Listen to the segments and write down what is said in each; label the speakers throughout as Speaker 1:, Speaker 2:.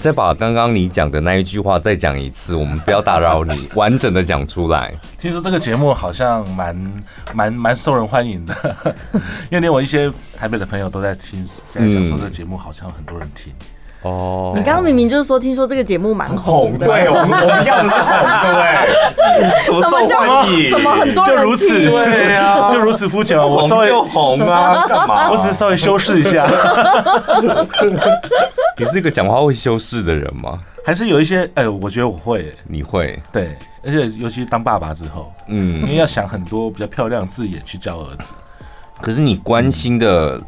Speaker 1: 再把刚刚你讲的那一句话再讲一次，我们不要打扰 你，完整的讲出来。
Speaker 2: 听说这个节目好像蛮蛮蛮受人欢迎的， 因为连我一些台北的朋友都在听，在想说这个节目好像很多人听。
Speaker 1: 哦，
Speaker 3: 你刚刚明明就是说，听说这个节目蛮红
Speaker 4: 红，
Speaker 3: 的，
Speaker 4: 对我们我们要的是红的，哎，多
Speaker 3: 什么
Speaker 4: 受
Speaker 3: 叫
Speaker 4: 欢迎，
Speaker 3: 什么很多
Speaker 2: 就
Speaker 3: 人
Speaker 2: 如此
Speaker 3: 听？
Speaker 4: 对啊，
Speaker 2: 就如此肤浅，我稍
Speaker 4: 红
Speaker 2: 微
Speaker 4: 就红啊，干 嘛？
Speaker 2: 我只是稍微修饰一下，
Speaker 1: 你是一个讲话会修饰的人吗？
Speaker 2: 还是有一些哎，我觉得我会
Speaker 1: 你会，
Speaker 2: 对，而且尤其当爸爸之后，因
Speaker 1: 嗯，
Speaker 2: 为要想很多比较漂亮字眼去教儿子。
Speaker 1: 可是你关心的，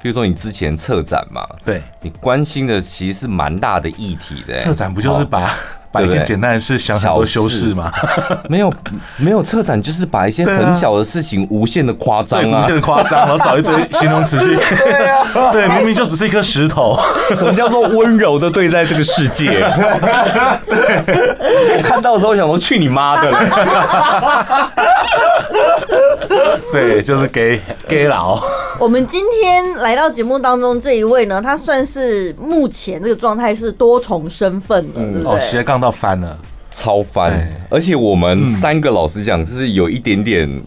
Speaker 1: 比如说你之前策展嘛，
Speaker 2: 对，
Speaker 1: 你关心的其实是蛮大的议题的、欸。
Speaker 2: 策展不就是
Speaker 1: 哦
Speaker 2: 把把一
Speaker 1: 对
Speaker 2: 件
Speaker 1: 不对
Speaker 2: 简单的事想很多修饰吗？
Speaker 1: 哦没有没有策展，就是把一些
Speaker 2: 对啊
Speaker 1: 很小的事情无限的夸张
Speaker 2: 对，无
Speaker 1: 啊
Speaker 2: 限。的夸张，然后找一堆形容词 去。对啊， 对，明明就只是一颗石头。
Speaker 1: 什么叫做温柔的对待这个世 界？ 我看到的时候想说去你妈的嘞！
Speaker 2: 对，就是给给老。
Speaker 3: 我们今天来到节目当中这一位呢，他算是目前这个状态是多重身份了，
Speaker 1: 嗯
Speaker 3: 对不
Speaker 2: 哦，
Speaker 3: 对？
Speaker 2: 斜杠到翻了。
Speaker 1: 超翻
Speaker 2: 对，
Speaker 1: 而且我们三个老实讲，就是有一点点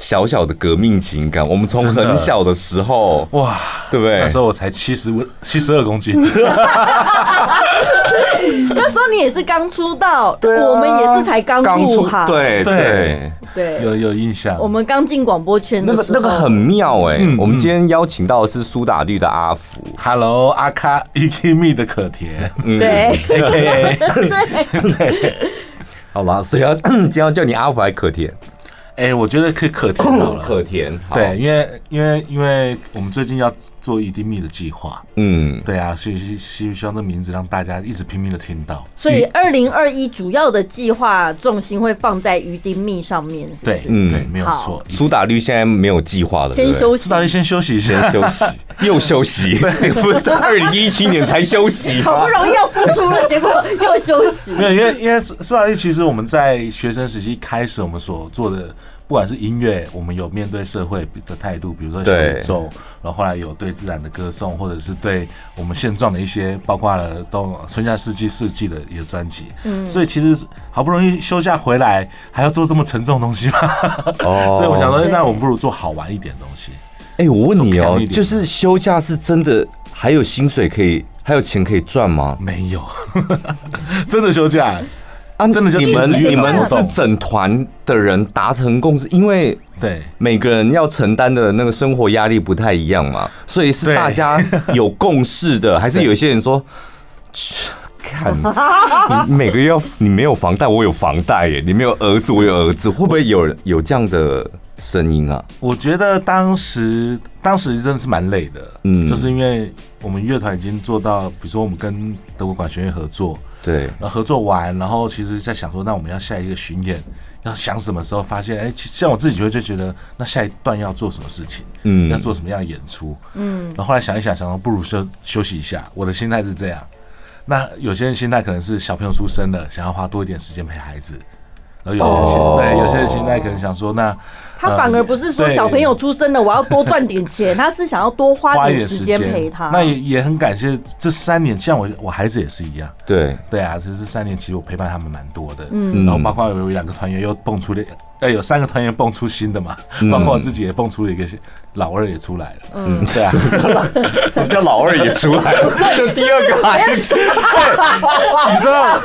Speaker 1: 小小的革命情感。我们从
Speaker 2: 真的
Speaker 1: 很小的时候，
Speaker 2: 哇，
Speaker 1: 对不对
Speaker 2: 那时候我才七十五、七十二公斤，
Speaker 3: 那时候你也是刚出道，
Speaker 1: 对啊
Speaker 3: 我们也是才刚
Speaker 1: 刚
Speaker 3: 入
Speaker 1: 出
Speaker 3: 行，
Speaker 1: 对
Speaker 2: 对
Speaker 1: 对，
Speaker 3: 对，
Speaker 2: 有有印象。
Speaker 3: 我们刚进广播圈
Speaker 1: 那
Speaker 3: 的
Speaker 1: 个
Speaker 3: 时候，
Speaker 1: 那个很妙哎、
Speaker 2: 嗯
Speaker 1: 我们今天邀请到的是苏打绿的阿福，嗯
Speaker 2: Hello，阿卡 Iki Me 的可甜
Speaker 3: 对。
Speaker 2: ，A K A
Speaker 1: 好啦，所以要 今天要叫你阿福还可甜，
Speaker 2: 哎，我觉得可以嗯可甜好了。
Speaker 1: 可甜，好
Speaker 2: 对，，因为因为因为我们最近要做 E D Me 的计划，
Speaker 1: 嗯，
Speaker 2: 对啊，希希希希望这名字让大家一直拼命的听到。
Speaker 3: 所以，二零二一主要的计划重心会放在鱼丁蜜上面，是不
Speaker 2: 对，
Speaker 3: 是？
Speaker 1: 嗯
Speaker 2: 对，没有
Speaker 3: 好
Speaker 2: 错。
Speaker 1: 苏打绿现在没有计划了，对
Speaker 3: 先
Speaker 1: 不对
Speaker 3: 休息
Speaker 2: 大。家先休息一下，
Speaker 1: 休息，又休 息， 不是二零一七年才休息
Speaker 3: 好
Speaker 1: 吗
Speaker 3: 不？容易要付出 了，结果又休息。
Speaker 2: 没有，因为因为苏苏打绿，其实我们在学生时期开始，我们所做的，不管是音乐，我们有面对社会的态度，比如说小
Speaker 1: 对
Speaker 2: 宇宙，然后后来有对自然的歌颂，或者是对我们现状的一些，包括了都春夏四季四季的一个专辑。嗯，所以其实好不容易休假回来，还要做这么沉重的东西吗？
Speaker 1: 哦
Speaker 2: 所以我想说，
Speaker 3: 对
Speaker 2: 那我们不如做好玩一点的东西。
Speaker 1: 哎、我问你
Speaker 2: 走
Speaker 1: 哦
Speaker 2: 开一，点
Speaker 1: 就是休假是真的还有薪水可以，还有钱可以赚吗？
Speaker 2: 没有， 真的休假，
Speaker 1: 啊，
Speaker 2: 真的就
Speaker 1: 你
Speaker 2: 一直
Speaker 1: 们
Speaker 2: 一直
Speaker 1: 你们
Speaker 2: 走
Speaker 1: 是整团的人达成共识，因为
Speaker 2: 对。
Speaker 1: 每个人要承担的那个生活压力不太一样嘛，所以是
Speaker 2: 对
Speaker 1: 大家有共识的，还是有些人说，看。你每个月要你没有房贷，我有房贷耶；你没有儿子，我有儿子。会不会有人有这样的声音啊？
Speaker 2: 我觉得当时当时真的是蛮累的，
Speaker 1: 嗯
Speaker 2: 嗯，就是因为我们乐团已经做到，比如说我们跟德国管弦乐合作，
Speaker 1: 对，
Speaker 2: 然后合作完，然后其实在想说，那我们要下一个巡演，要想什么时候发现，哎，其像我自己就就觉得，那下一段要做什么事情，
Speaker 1: 嗯
Speaker 2: 要做什么样的演出，嗯，然后后来想一想，想说不如休休息一下，我的心态是这样。那有些人心态可能是小朋友出生了，想要花多一点时间陪孩子，然后有些人心、
Speaker 1: 哦
Speaker 2: 对，有些人心态可能想说，那
Speaker 3: 他反而不是说
Speaker 2: 嗯对
Speaker 3: 小朋友出生了，我要多赚点钱，他是想要多花
Speaker 2: 花一
Speaker 3: 点
Speaker 2: 点
Speaker 3: 时
Speaker 2: 时
Speaker 3: 间
Speaker 2: 间
Speaker 3: 陪他。
Speaker 2: 那也也很感谢这三年，像我我孩子也是一样，
Speaker 1: 对，
Speaker 2: 对啊，就是这三年其实我陪伴他们蛮多的，嗯，然后包括有两个团员又蹦出了，呃，有三个团员蹦出新的嘛，
Speaker 1: 嗯
Speaker 2: 包括我自己也蹦出了一个新老二也出来了，嗯，对啊，
Speaker 1: 什么叫老二也出来了？就第二个孩子，
Speaker 2: 你知道，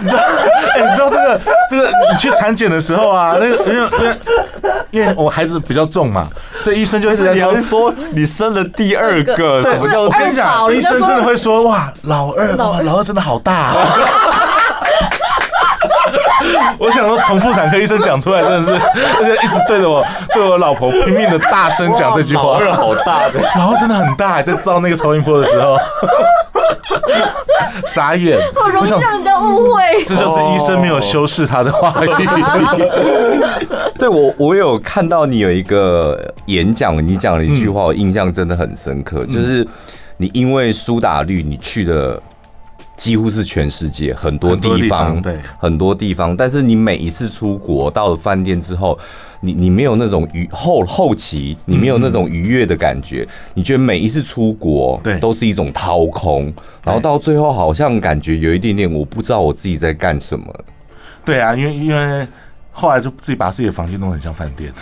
Speaker 2: 你知道，哎、你知道这个这个，你去产检的时候啊，那个因为因为因为我孩子比较重嘛，所以医生就一直在
Speaker 1: 你
Speaker 2: 说
Speaker 1: 还是说你生了第二个？
Speaker 3: 对
Speaker 1: 什么叫
Speaker 2: 我 跟你
Speaker 3: 二宝
Speaker 2: 讲，
Speaker 3: 人
Speaker 2: 医
Speaker 3: 家
Speaker 2: 生
Speaker 3: 说
Speaker 2: 真的会说哇，老二，哇，老二真的好大、啊。 我想说，重复产科医生讲出来真的是，而且一直对着我，对我老婆拼命的大声讲这句
Speaker 1: 老
Speaker 2: 话。
Speaker 1: 二好大的？
Speaker 2: 老二真的很大，在照那个超音波的时 候，傻眼。
Speaker 3: 好容
Speaker 2: 我
Speaker 3: 易
Speaker 2: 想，
Speaker 3: 让人家误会。
Speaker 2: 这就是医生没有修饰他的话语。
Speaker 1: 对我，我有看到你有一个演讲，你讲了一句
Speaker 2: 嗯
Speaker 1: 话，我印象真的很深刻，就是你因为苏打绿，你去了几乎是全世界很多
Speaker 2: 很多
Speaker 1: 地
Speaker 2: 地方
Speaker 1: 方，
Speaker 2: 对
Speaker 1: 很多地方。但是你每一次出国到了饭店之后，你你没有那种愉后后期，你没有那种愉悦的感觉，你觉得每一次出国
Speaker 2: 对
Speaker 1: 都是一种掏空，然后到最后好像感觉有一点点我不知道我自己在干什么。
Speaker 2: 对啊，因为因为后来就自己把自己的房间弄得很像饭店，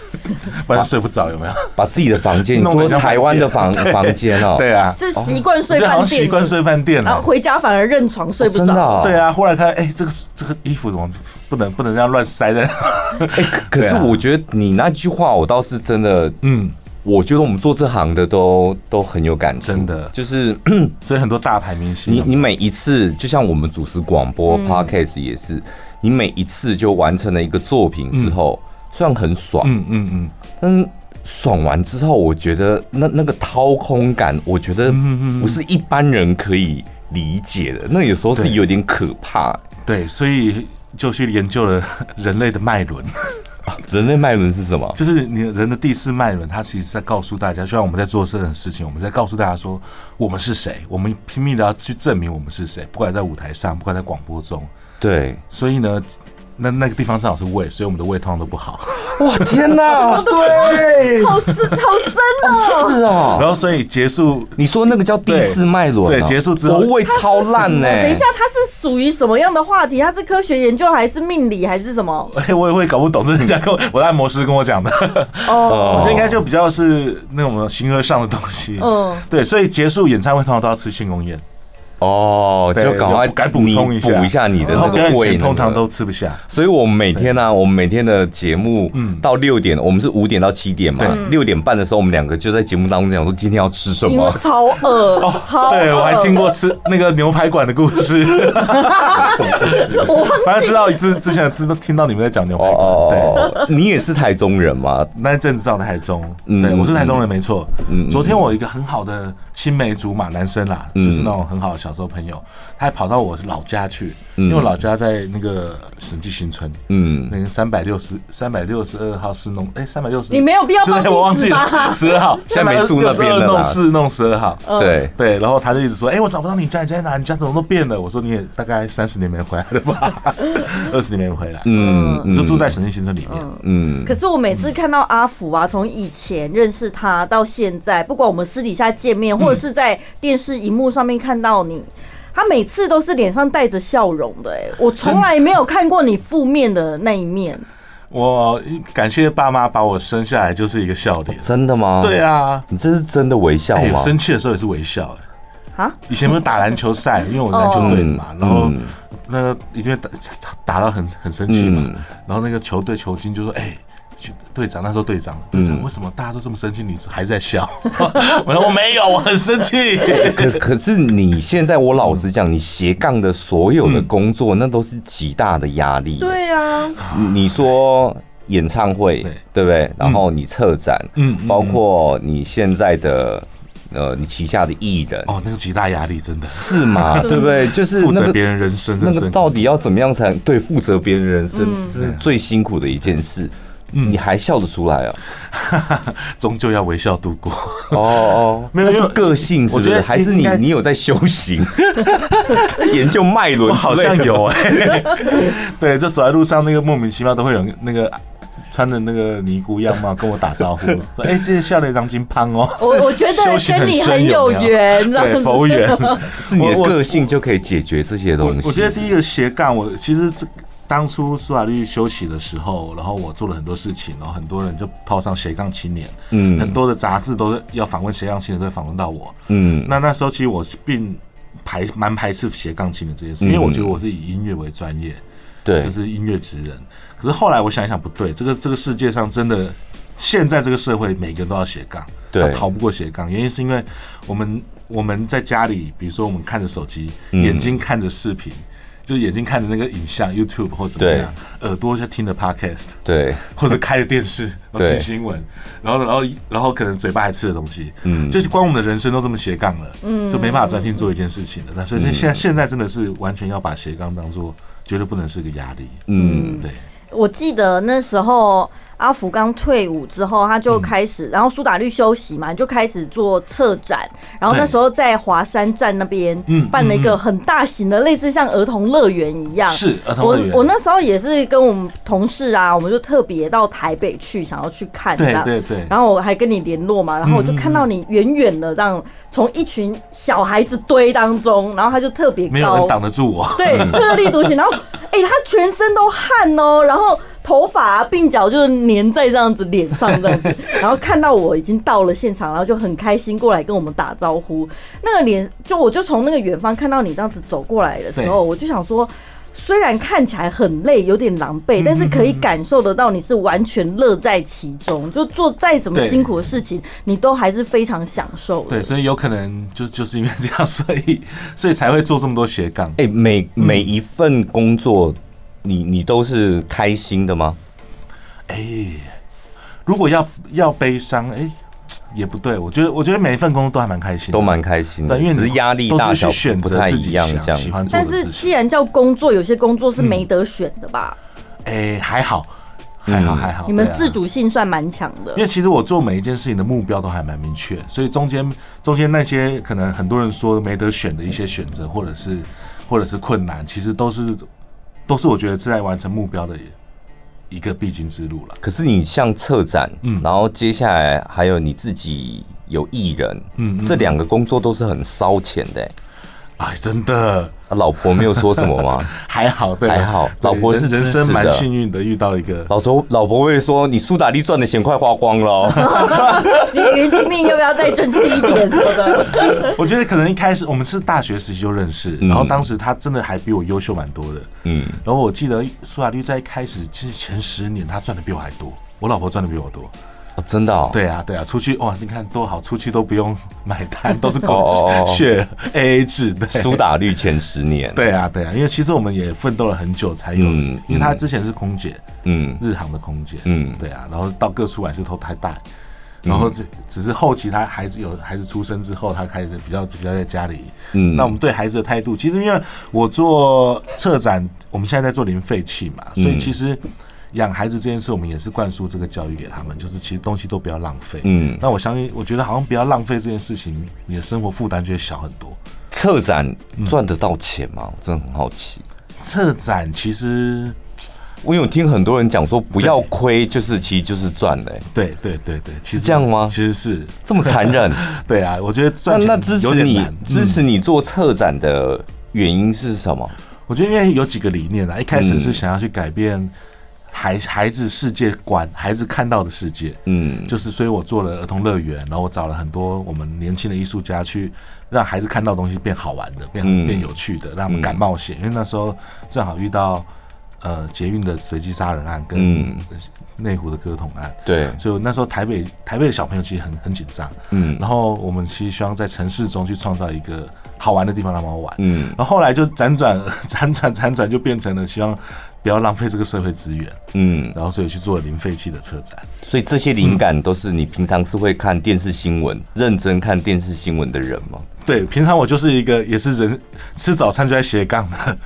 Speaker 2: 不然睡不着，有没有？
Speaker 1: 把自己的房间，你
Speaker 2: 弄得
Speaker 1: 说
Speaker 2: 像
Speaker 1: 台湾的房房间 哦，
Speaker 2: 对啊，
Speaker 3: 是习惯
Speaker 2: 我
Speaker 3: 睡
Speaker 2: 觉得好
Speaker 3: 饭
Speaker 2: 像
Speaker 3: 店，哦
Speaker 2: 习惯睡饭店
Speaker 3: 然后
Speaker 2: 了。
Speaker 3: 回家反而认床睡不
Speaker 1: 真的
Speaker 3: 着。
Speaker 1: 哦、
Speaker 2: 对啊，忽然看，哎、这个这个衣服怎么不能不能这样乱塞的？
Speaker 1: 哎、可可是
Speaker 2: 对啊
Speaker 1: 我觉得你那句话，我倒是真的，
Speaker 2: 嗯，
Speaker 1: 我觉得我们做这行的都都很有感触，
Speaker 2: 真的
Speaker 1: 就是
Speaker 2: 所以很多大牌明星，啊
Speaker 1: 你你每一次，就像我们主持广播、podcast
Speaker 2: 嗯
Speaker 1: 也是，你每一次就完成了一个作品之后，虽然很爽，
Speaker 2: 嗯嗯嗯
Speaker 1: 但是爽完之后，我觉得那那个掏空感，我觉得
Speaker 2: 嗯嗯嗯
Speaker 1: 不是一般人可以理解的，那有时候是
Speaker 2: 对
Speaker 1: 有点可怕。
Speaker 2: 对，所以就去研究了人类的脉轮，
Speaker 1: 人类脉轮是什么？
Speaker 2: 就是你人的第四脉轮，它其实在告诉大家，就像我们在做这种事情，我们在告诉大家说我们是谁，我们拼命的要去证明我们是谁，不管在舞台上，不管在广播中。
Speaker 1: 对，
Speaker 2: 所以呢， 那那个地方正好是胃，所以我们的胃通常都不好。
Speaker 1: 哇天哪，对，
Speaker 3: 好深，好深哦！
Speaker 1: 是哦。
Speaker 2: 然后所以结束
Speaker 1: 你说那个叫第四脉轮啊、
Speaker 2: 啊对对结束之后
Speaker 1: 我胃超烂呢、
Speaker 3: 等一下，它是属于什么样的话题？它是科学研究还是命理还是什么？
Speaker 2: 哎，我也会搞不懂，这是人家跟我我的按摩师跟我讲的，
Speaker 1: 哦
Speaker 2: 我
Speaker 3: 哦，
Speaker 2: 觉得应该就比较是那种形而上的东西。
Speaker 3: 嗯
Speaker 2: 对，所以结束演唱会通常都要吃庆功宴，
Speaker 1: 哦，
Speaker 2: 对
Speaker 1: 就赶快
Speaker 2: 有该补充一
Speaker 1: 弥
Speaker 2: 下，
Speaker 1: 补一下你的那
Speaker 2: 然后表
Speaker 1: 个
Speaker 2: 演
Speaker 1: 胃、
Speaker 2: 前通常都。吃不下。
Speaker 1: 所以，我们每天呢、啊我们每天的节目，
Speaker 2: 嗯
Speaker 1: 到六点，我们是五点到七点嘛
Speaker 2: 对，
Speaker 1: 六点半的时候，我们两个就在节目当中讲说今天要吃什
Speaker 3: 因为
Speaker 1: 么，
Speaker 3: 超饿，超
Speaker 2: 对，我还
Speaker 3: 饿
Speaker 2: 听过吃那个牛排馆的故 事，反正知道之之前知道听到你们在讲牛
Speaker 1: 哦
Speaker 2: 排馆，对。
Speaker 1: 哦，你也是台中人嘛，
Speaker 2: 那一阵子在我台中，
Speaker 1: 嗯
Speaker 2: 对我是台中人没错。
Speaker 1: 嗯嗯
Speaker 2: 昨天我有一个很好的青梅竹马男生啦，
Speaker 1: 嗯
Speaker 2: 就是那种很好的小时候朋友，他还跑到我老家去，
Speaker 1: 嗯
Speaker 2: 因为我老家在那个审计新村，
Speaker 1: 嗯，
Speaker 2: 那个三百六十三百六十二号市弄，哎，三百六十，
Speaker 3: 你没有必要
Speaker 2: 之
Speaker 3: 报
Speaker 2: 类我忘
Speaker 3: 地址
Speaker 2: 记了，
Speaker 3: 吧？
Speaker 2: 十二号，
Speaker 1: 现在没住那边了啦
Speaker 2: 362弄四弄十二号。
Speaker 3: 嗯
Speaker 1: 对，
Speaker 2: 对，然后他就一直说：“哎、我找不到你家，你家在哪？你家怎么都变了？”我说：“你也大概三十年没回来了吧， 二十年没回来，
Speaker 1: 嗯
Speaker 2: 你就住在神经新村里面。
Speaker 1: 嗯，
Speaker 3: 可是我每次看到阿福啊，从以前认识他到现在，不管我们私底下见面，或者是在电视荧幕上面看到你，他每次都是脸上带着笑容的、哎，我从来没有看过你负面的那一面。
Speaker 2: 我感谢爸妈把我生下来就是一个笑脸。
Speaker 1: 真的吗？
Speaker 2: 对，啊，
Speaker 1: 你这是真的微笑
Speaker 2: 哎、
Speaker 1: 吗？
Speaker 2: 生气的时候也是微笑、哎
Speaker 3: 啊，
Speaker 2: 以前不是打篮球赛，因为我篮球队的嘛，
Speaker 1: 嗯
Speaker 2: 然后
Speaker 1: 嗯
Speaker 2: 那个一定会打打打到很很生气
Speaker 1: 嗯
Speaker 2: 嘛，然后那个球队球经就说：“哎、去队长那时候队长，队长、
Speaker 1: 嗯
Speaker 2: 为什么大家都这么生气，你还在笑？” 我说：“我没有，我很 生气。
Speaker 1: 可可是你现在，我老实讲，你斜杠的所有的工作，那都是极大的压力。
Speaker 3: 对啊，
Speaker 1: 你，你说演唱会，
Speaker 2: 对
Speaker 1: 对不对？然后你策展，
Speaker 2: 嗯嗯嗯
Speaker 1: 包括你现在的呃，你旗下的艺人”，
Speaker 2: 哦，那个极大压力真的
Speaker 1: 是 吗？对不对？就是
Speaker 2: 负
Speaker 1: 那
Speaker 2: 责别
Speaker 1: 个
Speaker 2: 人人生，
Speaker 1: 那
Speaker 2: 真
Speaker 1: 个
Speaker 2: 是
Speaker 1: 到底要怎么样才对负责别人人生，这是最辛苦的一件事。
Speaker 2: 嗯
Speaker 1: 你还笑得出来哦？
Speaker 2: 终究要微笑度过。
Speaker 1: 哦哦，
Speaker 2: 没有
Speaker 1: 那
Speaker 2: 因
Speaker 1: 是
Speaker 2: 为
Speaker 1: 个性，是不
Speaker 2: 我觉
Speaker 1: 是？
Speaker 2: 得
Speaker 1: 还是你
Speaker 2: 应该
Speaker 1: 你有在修行， 研究脉轮
Speaker 2: 我
Speaker 1: 之
Speaker 2: 好
Speaker 1: 类的
Speaker 2: 像 有哎、对，就走在路上，那个莫名其妙都会有那个穿着那个尼姑样貌跟我打招呼， 说：“哎、这个笑脸狼金胖哦。”
Speaker 3: 我我觉得
Speaker 2: 修行
Speaker 3: 跟你
Speaker 2: 深
Speaker 3: 很有
Speaker 2: 有没有
Speaker 3: 缘，这
Speaker 2: 对，
Speaker 3: 样子。
Speaker 2: 佛缘。
Speaker 1: 是你的
Speaker 2: 我我
Speaker 1: 个性就可以解决这些
Speaker 2: 我
Speaker 1: 东西。
Speaker 2: 我觉得第一个斜杠，我其实这当初苏打绿休息的时候，然后我做了很多事情，然后很多人就泡上斜杠青年，
Speaker 1: 嗯
Speaker 2: 很多的杂志都是要访问斜杠青年，都会访问到我。
Speaker 1: 嗯
Speaker 2: 那那时候其实我是并排蛮排斥斜杠青年这件
Speaker 1: 嗯
Speaker 2: 事，因为我觉得我是以音乐为专业。
Speaker 1: 对
Speaker 2: 就，是音乐职人。可是后来我想一想，不对，这个这个世界上真的，现在这个社会每个人都要斜杠，
Speaker 1: 对
Speaker 2: 他逃不过斜杠。原因是因为我们我们在家里，比如说我们看着手机，
Speaker 1: 嗯
Speaker 2: 眼睛看着视频，就是眼睛看着那个影像 YouTube 或怎么样，耳朵在听着 Podcast。
Speaker 1: 对
Speaker 2: 或者开着电视，然后
Speaker 1: 对
Speaker 2: 听新闻，然后然后然后可能嘴巴还吃的东西，嗯，就是光我们的人生都这么斜杠了，嗯，就没办法专心做一件事情了。那所以现现在现在真的是完全要把斜杠当做，绝对不能是个压力，嗯，对，
Speaker 3: 我记得那时候阿福刚退伍之后，他
Speaker 2: 嗯
Speaker 3: 就开始，然后苏打绿休息嘛，就开始做策展。然后那时候在华山站那边
Speaker 2: 嗯
Speaker 3: 办了一个很大型的，类似像儿童乐园一样。
Speaker 2: 是儿童
Speaker 3: 我
Speaker 2: 乐园
Speaker 3: 我那时候也是跟我们同事啊，我们就特别到台北去，想要去看。
Speaker 2: 对
Speaker 3: 这样
Speaker 2: 对对
Speaker 3: 然后我还跟你联络嘛，然后我就看到你远远的这样从一群小孩子堆当中，然后他就特别
Speaker 2: 嗯没有
Speaker 3: 高
Speaker 2: 人，挡得住我。
Speaker 3: 对，特立独行。然后，哎、他全身都汗哦，然后头发、鬓角就是粘在这样子脸上这样子。然后看到我已经到了现场，然后就很开心过来跟我们打招呼。那个脸，就我就从那个远方看到你这样子走过来的时候，我就想说。虽然看起来很累，有点狼狈，但是可以感受得到你是完全乐在其中，就做再怎么
Speaker 2: 对
Speaker 3: 辛苦的事情，你都还是非常享受的。
Speaker 2: 对，所以有可能就就是因为这样，所以 所以才会做这么多斜杠。
Speaker 1: 哎、每
Speaker 2: 嗯
Speaker 1: 每一份工作，你你都是开心的吗？
Speaker 2: 哎、如果要要悲伤，哎、也不对。我觉得我觉得每一份工作都还蛮开心的，
Speaker 1: 都蛮开心的，
Speaker 2: 对，因为你
Speaker 1: 只是压力
Speaker 2: 都
Speaker 1: 大
Speaker 2: 是
Speaker 1: 小
Speaker 2: 去选
Speaker 1: 不
Speaker 2: 择
Speaker 1: 太
Speaker 2: 自
Speaker 1: 一
Speaker 2: 己
Speaker 1: 样
Speaker 2: 想
Speaker 1: 这样
Speaker 2: 喜
Speaker 1: 子。
Speaker 2: 欢做
Speaker 3: 但
Speaker 2: 的
Speaker 3: 是
Speaker 2: 事
Speaker 3: 既
Speaker 2: 情。
Speaker 3: 然叫工作，有些工作是没得选的吧？
Speaker 2: 哎、还好，还好，
Speaker 1: 嗯
Speaker 2: 还好。
Speaker 3: 你们
Speaker 2: 对啊
Speaker 3: 自主性算蛮强 的
Speaker 2: 因。为其实我做每一件事情的目标都还蛮明确，所以中间中间那些可能很多人说没得选的一些选择，或者是或者是困难，其实都是都是我觉得是在完成目标的一个必经之路 了。
Speaker 1: 可是你像策展，
Speaker 2: 嗯
Speaker 1: 然后接下来还有你自己有艺人，
Speaker 2: 嗯嗯
Speaker 1: 这两个工作都是很烧钱的、欸。
Speaker 2: 哎，真的
Speaker 1: 啊老婆没有说什么 吗？
Speaker 2: 还好，对吧，啊
Speaker 1: 还好
Speaker 2: 对
Speaker 1: 老婆是
Speaker 2: 人人
Speaker 1: 支持
Speaker 2: 生蛮
Speaker 1: 的
Speaker 2: 幸运的，遇到一个
Speaker 1: 老头老婆会说你苏打绿赚的钱快花光了哦，
Speaker 3: 你云听听要不要再正气一点什 么的？
Speaker 2: 我觉得可能一开始我们是大学时期就认识，
Speaker 1: 嗯
Speaker 2: 然后当时他真的还比我优秀蛮多的。
Speaker 1: 嗯，
Speaker 2: 然后我记得苏打绿在一开始之前十年，他赚的比我还多，我老婆赚的比我多。
Speaker 1: 哦真的、哦，
Speaker 2: 对啊，对啊，出去哇，你看多好，出去都不用买单， 都是
Speaker 1: 哦哦
Speaker 2: 狗
Speaker 1: 哦
Speaker 2: 血 A A 制的。
Speaker 1: 苏打绿前十年，，
Speaker 2: 对啊，对啊，因为其实我们也奋斗了很久才有，
Speaker 1: 嗯
Speaker 2: 因为他之前是空姐，
Speaker 1: 嗯
Speaker 2: 日航的空姐，
Speaker 1: 嗯
Speaker 2: 对啊，然后到各出版社都太大，然后只只是后期他孩子有孩子出生之后，他开始比较比较在家里。
Speaker 1: 嗯
Speaker 2: 那我们对孩子的态度，其实因为我做策展，我们现在在做零废弃嘛，所以
Speaker 1: 嗯
Speaker 2: 其实养孩子这件事，我们也是灌输这个教育给他们，就是其实东西都不要浪费。
Speaker 1: 嗯，
Speaker 2: 那我相信，我觉得好像不要浪费这件事情，你的生活负担就会小很多。
Speaker 1: 策展赚得到钱吗？
Speaker 2: 嗯
Speaker 1: 我真的很好奇，
Speaker 2: 策展其实，
Speaker 1: 我有听很多人讲说不要亏，就是其实就是赚 的、欸
Speaker 2: 对对对对，其实
Speaker 1: 是这样吗
Speaker 2: 其实是
Speaker 1: 这么残 忍。
Speaker 2: 对啊，我觉得
Speaker 1: 那
Speaker 2: 赚钱
Speaker 1: 那支持
Speaker 2: 有点
Speaker 1: 你
Speaker 2: 难
Speaker 1: 支
Speaker 2: 嗯
Speaker 1: 持你做策展的原因是什么？
Speaker 2: 我觉得因为有几个理念啊啦，一开始是想要去改变孩孩子世界观，孩子看到的世界，
Speaker 1: 嗯，
Speaker 2: 就是所以我做了儿童乐园，然后我找了很多我们年轻的艺术家去让孩子看到的东西变好玩的，变
Speaker 1: 嗯
Speaker 2: 变有趣的，让他们敢冒险。因为那时候正好遇到呃捷运的随机杀人案跟
Speaker 1: 嗯
Speaker 2: 内湖的割桶案，
Speaker 1: 对，
Speaker 2: 所以我那时候台北台北的小朋友其实很很紧张，
Speaker 1: 嗯
Speaker 2: 然后我们其实希望在城市中去创造一个好玩的地方让他们玩，
Speaker 1: 嗯
Speaker 2: 然后后来就辗转 辗转辗转就变成了希望不要浪费这个社会资源，
Speaker 1: 嗯，
Speaker 2: 然后所以去做了零废弃的车展。
Speaker 1: 所以这些灵感都是你平常是会看电视新闻、认真看电视新闻的人吗？
Speaker 2: 对，平常我就是一个也是人吃早餐就在斜杠的，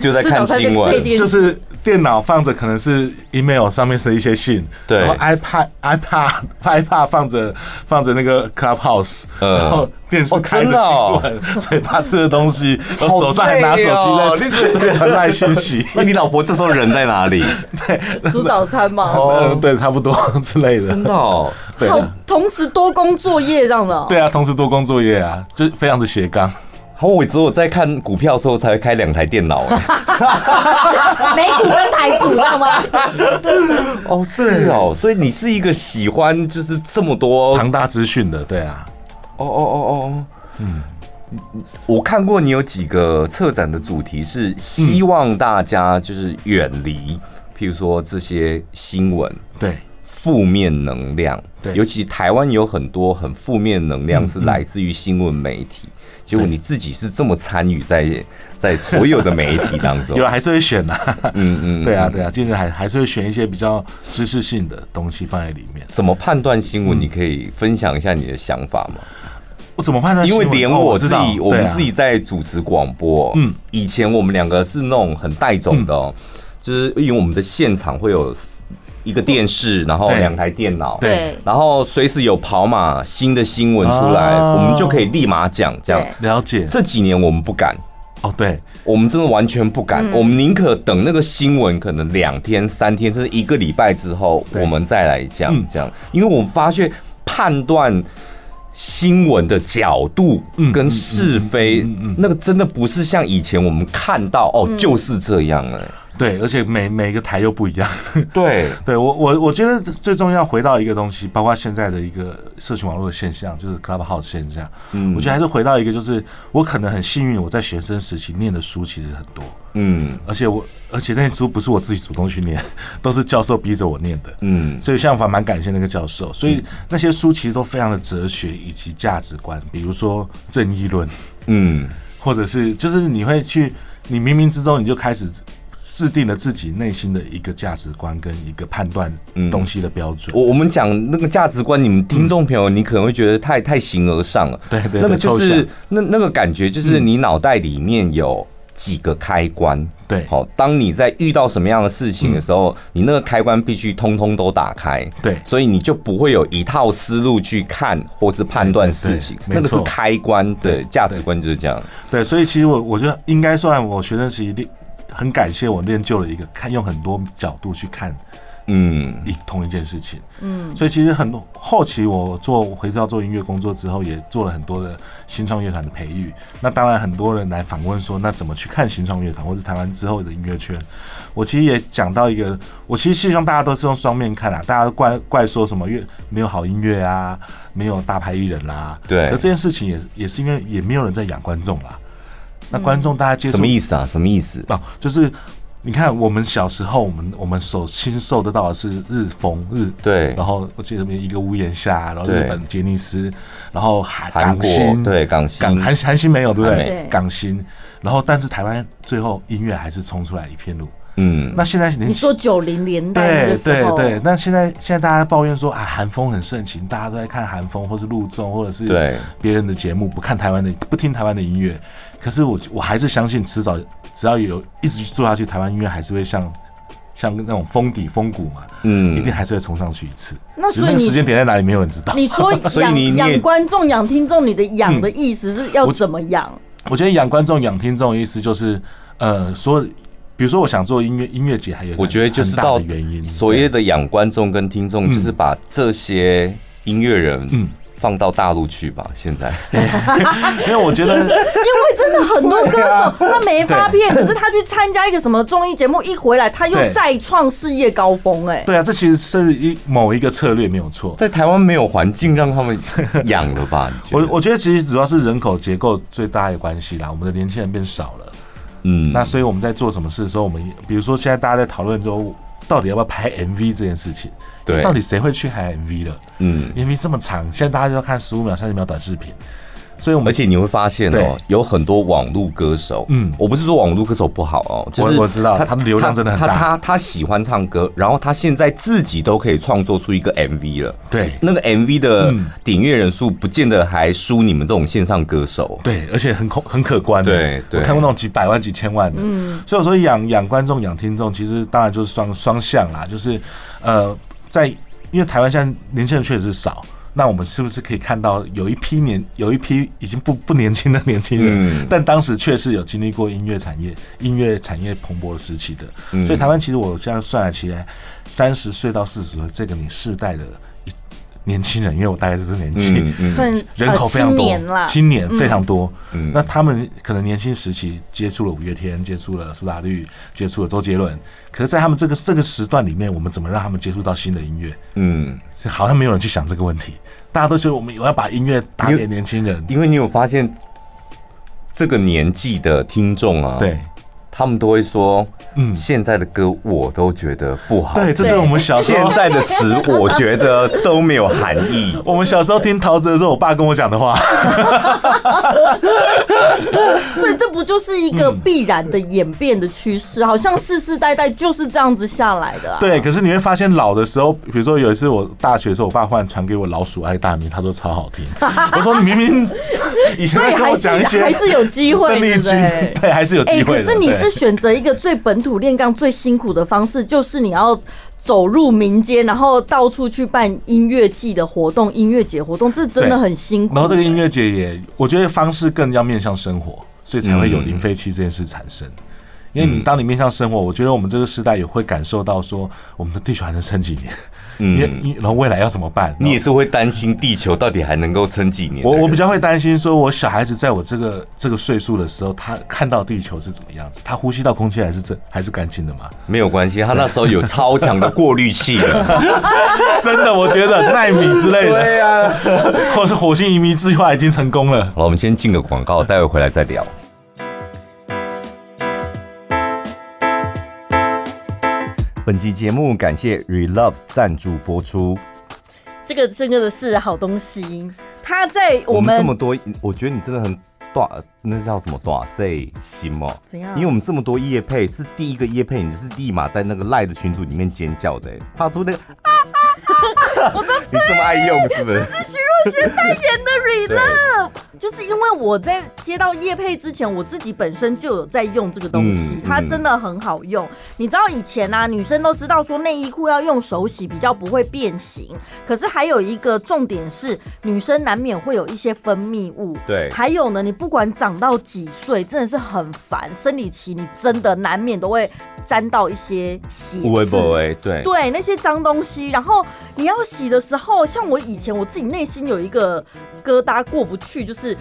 Speaker 1: 就在
Speaker 3: 吃早
Speaker 1: 看
Speaker 3: 餐就
Speaker 1: 新
Speaker 3: 配
Speaker 1: 闻，
Speaker 3: 电
Speaker 2: 就是电脑放着可能是 email 上面的一些信，
Speaker 1: 对
Speaker 2: 然后 iPad iPad iPad 放着放着那个 Clubhouse，、
Speaker 1: 嗯
Speaker 2: 然后电视
Speaker 1: 哦
Speaker 2: 开着
Speaker 1: 真的哦
Speaker 2: 新闻，嘴巴吃着东西，然后手上还拿手
Speaker 1: 好
Speaker 2: 机
Speaker 1: 累
Speaker 2: 在、
Speaker 1: 哦
Speaker 2: 在传来讯 息，
Speaker 1: 那你老婆这时候人在哪里？
Speaker 3: 煮早餐嘛，
Speaker 1: 哦
Speaker 2: 嗯，对，差不多之类的，
Speaker 1: 真的哦，
Speaker 2: 对。
Speaker 3: 好，同时多工作业这样的哦。
Speaker 2: 对啊，同时多工作业啊，就是非常的斜杠。
Speaker 1: 好，我只有在看股票的时候才会开两台电脑、哎
Speaker 3: 美股跟台股，知道吗？
Speaker 1: 哦，是哦，所以你是一个喜欢就是这么多
Speaker 2: 庞大资讯的，对啊，
Speaker 1: 哦哦哦哦，嗯，我看过你有几个策展的主题是希望大家就是远离，譬如说这些新闻
Speaker 2: 对，
Speaker 1: 负面能量，
Speaker 2: 对嗯
Speaker 1: 尤其台湾有很多很负面能量是来自于新闻媒体。结果你自己是这么参与在在所有的媒体当中
Speaker 2: 有，了还是会选啊。
Speaker 1: 嗯嗯，
Speaker 2: 对啊，
Speaker 1: 嗯，
Speaker 2: 对啊，今天还还是会选一些比较知识性的东西放在里面。
Speaker 1: 怎么判断新
Speaker 2: 嗯
Speaker 1: 闻？你可以分享一下你的想法吗？
Speaker 2: 我怎么判断
Speaker 1: 因
Speaker 2: 新
Speaker 1: 为
Speaker 2: 闻？
Speaker 1: 连
Speaker 2: 哦
Speaker 1: 我
Speaker 2: 知
Speaker 1: 自
Speaker 2: 道
Speaker 1: 己，我
Speaker 2: 对
Speaker 1: 们
Speaker 2: 啊
Speaker 1: 自己在主持广播，
Speaker 2: 嗯
Speaker 1: 嗯，以前我们两个是那种很带种的、哦，就是因为我们的现场会有一个电视，然后
Speaker 2: 对
Speaker 1: 两台电脑，
Speaker 2: 对
Speaker 1: 然后随时有跑马新的新闻出来，
Speaker 2: 哦
Speaker 1: 我们就可以立马讲这样
Speaker 3: 对。
Speaker 2: 了解
Speaker 1: 这几年我们不敢，
Speaker 2: 哦，对，
Speaker 1: 我们真的完全不敢，
Speaker 2: 嗯
Speaker 1: 我们宁可等那个新闻，可能两天、三天，甚至一个礼拜之后，
Speaker 2: 对
Speaker 1: 我们再来讲
Speaker 2: 嗯
Speaker 1: 这样，因为我发现判断。新闻的角度
Speaker 2: 嗯
Speaker 1: 跟是非，
Speaker 2: 嗯嗯嗯嗯嗯嗯
Speaker 1: 那个真的不是像以前我们看到哦，就是这样了。
Speaker 2: 对，而且每每个台又不一样。
Speaker 1: 对，
Speaker 2: 对我我我觉得最重要回到一个东西，包括现在的一个社群网络的现象，就是 Clubhouse 现象。
Speaker 1: 嗯
Speaker 2: 我觉得还是回到一个，就是我可能很幸运，我在学生时期念的书其实很多，
Speaker 1: 嗯
Speaker 2: 而且我而且那些书不是我自己主动去念， 都是教授逼着我念的。
Speaker 1: 嗯，
Speaker 2: 所以相反蛮感谢那个教授，所以那些书其实都非常的哲学以及价值观，比如说正义论，
Speaker 1: 嗯，
Speaker 2: 或者是就是你会去，你冥冥之中你就开始制定了自己内心的一个价值观跟一个判断东西的标准。
Speaker 1: 我我们讲那个价值观，你们听众朋友，你可能会觉得太太形而上了。
Speaker 2: 对对对
Speaker 1: 那个就
Speaker 2: 抽
Speaker 1: 是
Speaker 2: 象嗯
Speaker 1: 那那个感觉，就是你脑袋里面有几个开关。
Speaker 2: 对嗯
Speaker 1: 好，当你在遇到什么样的事情的时候，你那个开关必须通通都打开。
Speaker 2: 对
Speaker 1: 所以你就不会有一套思路去看或是判断事情，
Speaker 2: 对对对
Speaker 1: 那个是
Speaker 2: 没错
Speaker 1: 开关对
Speaker 2: 对
Speaker 1: 价值观就是这样。
Speaker 2: 对，所以其实我我觉得应该算我学生时期练很感谢我练就了一个看用很多角度去看
Speaker 1: 嗯
Speaker 2: 一同一件事情，嗯，所以其实很多后期我做回到做音乐工作之后，也做了很多的新创乐团的培育。那当然，很多人来访问说，那怎么去看新创乐团，或者台湾之后的音乐圈？我其实也讲到一个，我其实希望大家都是用双面看啊，大家都怪怪说什么乐没有好音乐啊，没有大牌艺人啦、
Speaker 1: 对
Speaker 2: 可这件事情也也是因为也没有人在养观众啦。那观众大家接触
Speaker 1: 什么意思啊？什么意思？
Speaker 2: 哦，就是你看我们小时候，我们我们所亲受得到的是日风日
Speaker 1: 对
Speaker 2: 然后我记得一个屋檐下，然后
Speaker 1: 对
Speaker 2: 日本杰尼斯，然后韩
Speaker 1: 韩
Speaker 2: 港
Speaker 1: 国
Speaker 2: 星
Speaker 1: 对港星
Speaker 2: 港韩韩星没有对不
Speaker 1: 还
Speaker 2: 对？
Speaker 1: 没
Speaker 3: 对
Speaker 2: 港星，然后但是台湾最后音乐还是冲出来一片路。
Speaker 1: 嗯，
Speaker 2: 那现在
Speaker 3: 你
Speaker 2: 你
Speaker 3: 说九零年代那
Speaker 2: 对
Speaker 3: 个时
Speaker 2: 对
Speaker 3: 候，
Speaker 2: 对，那现在现在大家抱怨说啊，韩风很盛行，大家都在看韩风，或是陆综，或者是
Speaker 1: 对
Speaker 2: 别人的节目，不看台湾的，不听台湾的音乐。可是我我还是相信，迟早只要有一直做下去，台湾音乐还是会像像那种风底风骨嘛，
Speaker 1: 嗯
Speaker 2: 一定还是会冲上去一次。
Speaker 3: 那
Speaker 2: 只是
Speaker 3: 所以
Speaker 2: 那个
Speaker 3: 你
Speaker 2: 时间点在哪里，没有人知道。
Speaker 3: 你说
Speaker 1: 所以
Speaker 3: 养
Speaker 1: 你你也
Speaker 3: 养观众、养听众，你的养的意思是
Speaker 2: 嗯
Speaker 3: 要
Speaker 2: 我
Speaker 3: 怎么养？
Speaker 2: 我觉得养观众、养听众的意思就是，呃，说，比如说我想做音乐音乐节，还有一个
Speaker 1: 我觉得就是
Speaker 2: 很大
Speaker 1: 到
Speaker 2: 的原因，
Speaker 1: 所
Speaker 2: 对
Speaker 1: 谓的养观众跟听众，就是把这些音乐人
Speaker 2: 嗯
Speaker 1: 放到大陆去吧。现在
Speaker 2: 因为我觉得
Speaker 3: 因为真的很 多歌手
Speaker 2: 啊
Speaker 3: 他没发片，可是他去参加一个什么综艺节目，一回来他又
Speaker 2: 对
Speaker 3: 再创事业高峰，哎，
Speaker 2: 对啊，这其实是一某一个策略没有错。
Speaker 1: 在台湾没有环境让他们养了 吧？你觉
Speaker 2: 我
Speaker 1: 得
Speaker 2: 我觉得其实主要是人口结构最大的关系啦，我们的年轻人变少了，
Speaker 1: 嗯
Speaker 2: 那所以我们在做什么事的时候，我们也比如说现在大家在讨论说，到底要不要拍 MV 这件事情，
Speaker 1: 对
Speaker 2: 到底谁会去拍 MV 了
Speaker 1: 嗯，
Speaker 2: ？MV 这么长，现在大家就要看十五秒、三十秒短视频，所以我
Speaker 1: 而
Speaker 2: 们
Speaker 1: 且你会发现哦
Speaker 2: 对，
Speaker 1: 有很多网络歌手，嗯
Speaker 2: 嗯，
Speaker 1: 我不是说网络歌手不好哦，就是
Speaker 2: 我我知道他们流量真的很
Speaker 1: 他
Speaker 2: 大
Speaker 1: 他他喜欢唱歌，然后他现在自己都可以创作出一个 MV 了。
Speaker 2: 对
Speaker 1: 那个 MV 的
Speaker 2: 嗯
Speaker 1: 点阅人数不见得还输你们这种线上歌手，
Speaker 2: 对，而且很可很可观的。
Speaker 1: 对对
Speaker 2: 我看过那种几百万、几千万的。嗯，所以我说养养观众、养听众，其实当然就是双双向啦，就是呃，在因为台湾现在年轻人确实少。那我们是不是可以看到有一批年有一批已经不不年轻的年轻人，
Speaker 1: 嗯
Speaker 2: 但当时确实有经历过音乐产业音乐产业蓬勃的时期的，
Speaker 1: 嗯
Speaker 2: 所以台湾其实我现在算来起来，三十岁到四十岁这个你世代的一年轻人，因为我大概就是年轻，
Speaker 1: 嗯嗯
Speaker 3: 算
Speaker 2: 人口非常
Speaker 3: 呃青
Speaker 2: 多，
Speaker 3: 年啦，
Speaker 2: 青年非常多。
Speaker 1: 嗯
Speaker 2: 那他们可能年轻时期接触了五月天，接触了苏打绿，接触了周杰伦。可是，在他们这个这个时段里面，我们怎么让他们接触到新的音乐？
Speaker 1: 嗯，
Speaker 2: 是好像没有人去想这个问题，大家都觉得我们我要把音乐打给年轻人。
Speaker 1: 因为你有发现这个年纪的听众啊，
Speaker 2: 对，
Speaker 1: 他们都会说，嗯，
Speaker 2: 嗯
Speaker 1: 现在的歌我都觉得不好，
Speaker 2: 对，这是
Speaker 3: 对
Speaker 2: 我们小时
Speaker 1: 现
Speaker 2: 候。
Speaker 1: 在的词我觉得都没有含义
Speaker 2: 嗯。我们小时候听陶喆的时候，我爸跟我讲的话，
Speaker 3: 所
Speaker 2: 嗯
Speaker 3: 以这不就是一个必然的演变的趋势？好像世世代代就是这样子下来的啊。
Speaker 2: 对，可是你会发现老的时候，比如说有一次我大学的时候，我爸忽然传给我《老鼠爱大米》，他说超好听。我说你明明以前
Speaker 3: 所以
Speaker 2: 在跟
Speaker 3: 还
Speaker 2: 我
Speaker 3: 是
Speaker 2: 讲一些
Speaker 3: 还是有机 会，
Speaker 2: 邓丽
Speaker 3: 对不
Speaker 2: 君
Speaker 3: 对？
Speaker 2: 对，还是有
Speaker 3: 哎、
Speaker 2: 机
Speaker 3: 可
Speaker 2: 会的。
Speaker 3: 是你
Speaker 2: 对
Speaker 3: 是选择一个最本土练杠最辛苦的方式，就是你要走入民间，然后到处去办音乐季的活动、音乐节活动，这真的很辛苦。
Speaker 2: 然后这个音乐节也，我觉得方式更要面向生活，所以才会有
Speaker 1: 嗯
Speaker 2: 零废弃这件事产生。因为你当你面向生活，我觉得我们这个时代也会感受到说，我们的地球还能撑几年， 嗯，你然后未来要怎么办？
Speaker 1: 你也是会担心地球到底还能够撑几年的
Speaker 2: 我
Speaker 1: 人？
Speaker 2: 我比较会担心，说我小孩子在我这个这个岁数的时候，他看到地球是怎么样子，他呼吸到空气还是这还是干净的吗？
Speaker 1: 没有关系，他那时候有超强的 过滤器 了。
Speaker 2: 真的，我觉得纳米之类的，
Speaker 4: 呀、
Speaker 2: 或是火星移民计划已经成功了。
Speaker 1: 好了，我们先进个广告，待会回来再聊。本集节目感谢 Relove 赞助播出。
Speaker 3: 这个真的是好东西，它在我
Speaker 1: 我们
Speaker 3: 们
Speaker 1: 这么多，我觉得你真的很短，那叫什么短岁心哦？
Speaker 3: 怎样
Speaker 1: 因为我们这么多夜配，是第一个夜配，你是立马在那个赖的群组里面尖叫的，发出那个啊啊啊！你这么爱用是不是？
Speaker 3: 徐若瑄代言的 Relove，就是因为我在接到叶配之前，我自己本身就有在用这个东西，
Speaker 1: 嗯
Speaker 3: 它真的很好用。你知道以前啊，女生都知道说内衣裤要用手洗比较不会变形，可是还有一个重点是，女生难免会有一些分泌物。
Speaker 1: 对
Speaker 3: 还有呢，你不管长到几岁，真的是很烦，生理期你真的难免都会沾到一些血
Speaker 1: 无微
Speaker 3: 渍
Speaker 1: 不微，对
Speaker 3: 对那些脏东西，然后你要洗的时候，像我以前我自己内心有一个疙瘩过不去，就是。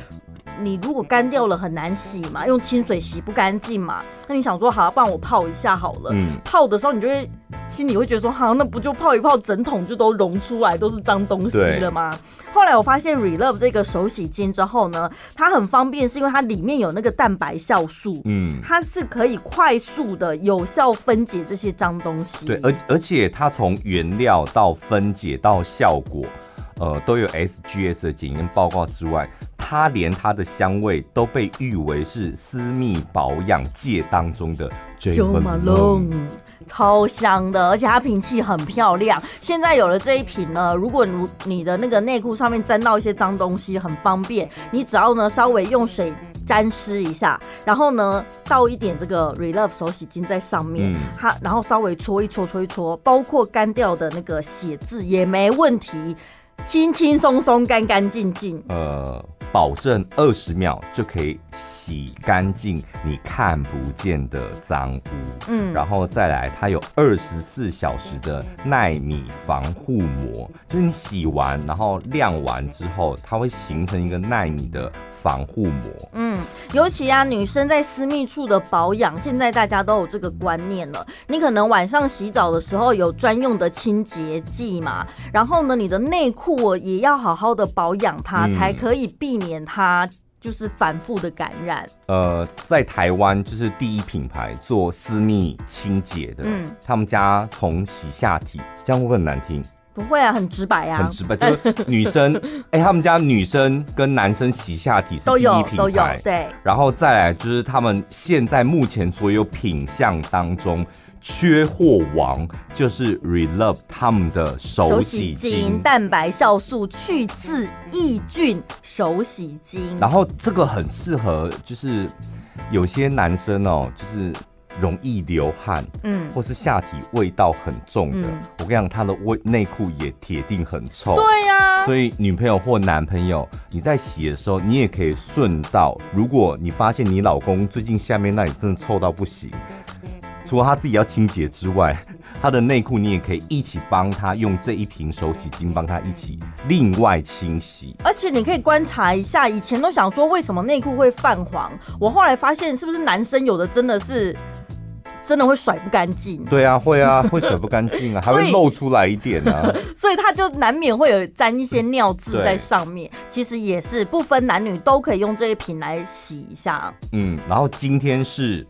Speaker 3: 你如果干掉了很难洗嘛，用清水洗不干净嘛，那你想说好、不然我泡一下好了。
Speaker 1: 嗯
Speaker 3: 泡的时候你就会心里会觉得说，好、那不就泡一泡，整桶就都溶出来都是脏东西
Speaker 1: 对
Speaker 3: 了吗？后来我发现 Relove 这个手洗巾之后呢，它很方便，是因为它里面有那个蛋白酵素，
Speaker 1: 嗯，
Speaker 3: 它是可以快速的有效分解这些脏东西。
Speaker 1: 对，而而且它从原料到分解到效果，呃，都有 SGS 的检验报告之外，它连它的香味都被誉为是私密保养界当中的 J
Speaker 3: Jo Malone 超香的，而且它瓶器很漂亮。现在有了这一瓶呢，如果你你的那个内裤上面沾到一些脏东西，很方便，你只要呢稍微用水沾湿一下，然后呢倒一点这个 Relove 手洗巾在上面，
Speaker 1: 嗯
Speaker 3: 它然后稍微搓一搓搓一搓，包括干掉的那个血渍也没问题，轻轻松松干干净净。
Speaker 1: 呃，保证二十秒就可以洗干净你看不见的脏污。嗯，然后再来，它有二十四小时的纳米防护膜，就是你洗完然后晾完之后，它会形成一个纳米的防护膜。
Speaker 3: 嗯，尤其啊，女生在私密处的保养，现在大家都有这个观念了。你可能晚上洗澡的时候有专用的清洁剂嘛，然后呢，你的内裤哦也要好好的保养它，
Speaker 1: 嗯
Speaker 3: 才可以避免它就是反复的感染。
Speaker 1: 呃，在台湾就是第一品牌做私密清洁的，
Speaker 3: 嗯
Speaker 1: 他们家从洗下体，这样会不会很难听？
Speaker 3: 不会啊，很直白啊，
Speaker 1: 很直白，就是女生， 哎、他们家女生跟男生洗下体是
Speaker 3: 都
Speaker 1: 第一
Speaker 3: 有
Speaker 1: 品
Speaker 3: 都有
Speaker 1: 牌，，
Speaker 3: 对。
Speaker 1: 然后再来就是他们现在目前所有品相当中缺货王就是 Relove 他们的手洗巾。
Speaker 3: 蛋白酵素、去渍抑菌手洗巾，
Speaker 1: 然后这个很适合，就是有些男生哦，就是容易流汗，
Speaker 3: 嗯，
Speaker 1: 或是下体味道很重的，
Speaker 3: 嗯
Speaker 1: 我跟你讲，他的味内裤也铁定很臭。
Speaker 3: 对呀、
Speaker 1: 所以女朋友或男朋友，你在洗的时候，你也可以顺道，如果你发现你老公最近下面那里真的臭到不行，除了他自己要清洁之外， 他的内裤你也可以一起帮他用这一瓶手洗巾帮他一起另外清洗。
Speaker 3: 而且你可以观察一下，以前都想说为什么内裤会泛黄，我后来发现是不是男生有的真的是真的会甩不干净，
Speaker 1: 对啊，会啊，会水不干净啊，还
Speaker 3: 所以
Speaker 1: 会露出来一点啊。
Speaker 3: 所以他就难免会有沾一些尿渍在上面。其实也是不分男女都可以用这一瓶来洗一下。
Speaker 1: 嗯，然后今天是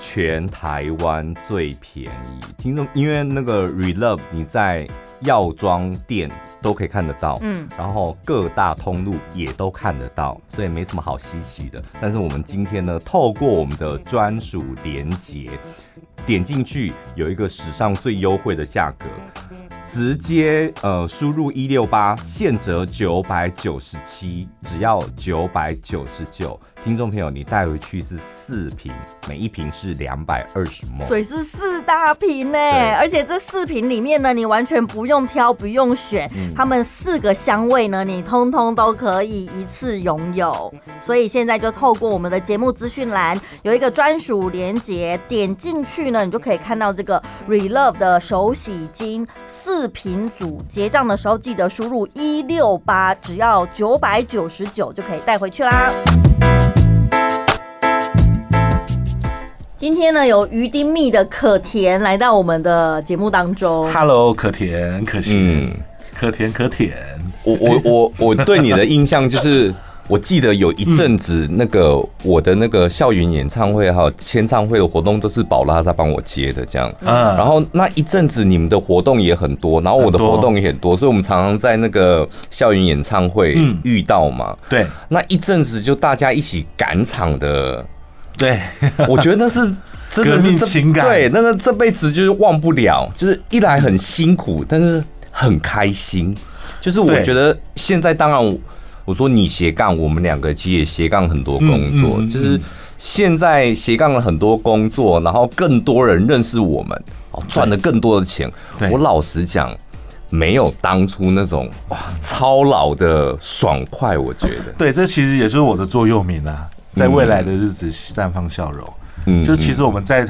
Speaker 1: 全台湾最便宜，听众，因为那个 Relove 你在药妆店都可以看得到，
Speaker 3: 嗯
Speaker 1: 嗯，然后各大通路也都看得到，所以没什么好稀奇的。但是我们今天呢，透过我们的专属连接，点进去有一个史上最优惠的价格，直接呃输入一六八，现折九百九十七，只要九百九十九。听众朋友，你带回去是四瓶，每一瓶是两百二十毛。
Speaker 3: 水是四大瓶呢、
Speaker 1: 对
Speaker 3: 而且这四瓶里面呢，你完全不用挑，不用选，他们四个香味呢，你通通都可以一次拥有。所以现在就透过我们的节目资讯栏有一个专属连接，点进去呢，你就可以看到这个 Relove 的手洗巾四瓶组，结账的时候记得输入一六八，只要九百九十九就可以带回去啦。今天呢，有鱼丁蜜的可甜来到我们的节目当中。
Speaker 2: Hello，可甜可
Speaker 1: 嗯
Speaker 2: 咸，可甜可甜。
Speaker 1: 我我我我对你的印象就是，我记得有一阵子那个我的那个校园演唱会还有签唱会的活动都是宝拉在帮我接的这样。
Speaker 2: 嗯
Speaker 1: 然后那一阵子你们的活动也很多，然后我的
Speaker 2: 很多
Speaker 1: 活动也很多，所以我们常常在那个校园演唱会
Speaker 2: 嗯
Speaker 1: 遇到嘛。
Speaker 2: 对
Speaker 1: 那一阵子就大家一起赶场的，
Speaker 2: 对，
Speaker 1: 我觉得那是真的
Speaker 2: 革
Speaker 1: 是
Speaker 2: 命
Speaker 1: 这
Speaker 2: 情感
Speaker 1: 对，那那这辈子就是忘不了，就是一来很辛苦，但是很开心。就是我
Speaker 2: 对
Speaker 1: 觉得现在当然我，我说你斜杠，我们两个其实也斜杠很多工作，
Speaker 2: 嗯嗯嗯
Speaker 1: 就是现在斜杠了很多工作，然后更多人认识我们，哦，赚了更多的钱
Speaker 2: 对。
Speaker 1: 我老实讲。没有当初那种哇操劳的爽快，我觉得，
Speaker 2: 对，这其实也是我的座右铭啊，在未来的日子绽放笑容。
Speaker 1: 嗯
Speaker 2: 就其实我们在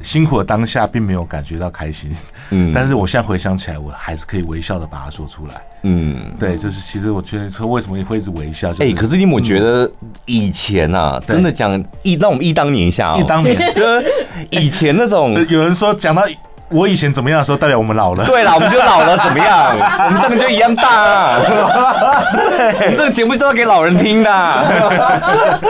Speaker 2: 辛苦的当下，并没有感觉到开心，
Speaker 1: 嗯
Speaker 2: 但是我现在回想起来，我还是可以微笑的把它说出来。
Speaker 1: 嗯，
Speaker 2: 对，就是其实我觉得说为什么会一直微笑，就
Speaker 1: 哎、可是你有没有觉得以前啊，真的讲忆，让我们忆当年一下、哦，
Speaker 2: 忆当年
Speaker 1: 就是以前那种
Speaker 2: 呃，有人说讲到我以前怎么样的时候，代表我们老了。
Speaker 1: 对啦，我们就老了，怎么 样？我们这个就一样大、啊，我们这个节目就要给老人听的 啊、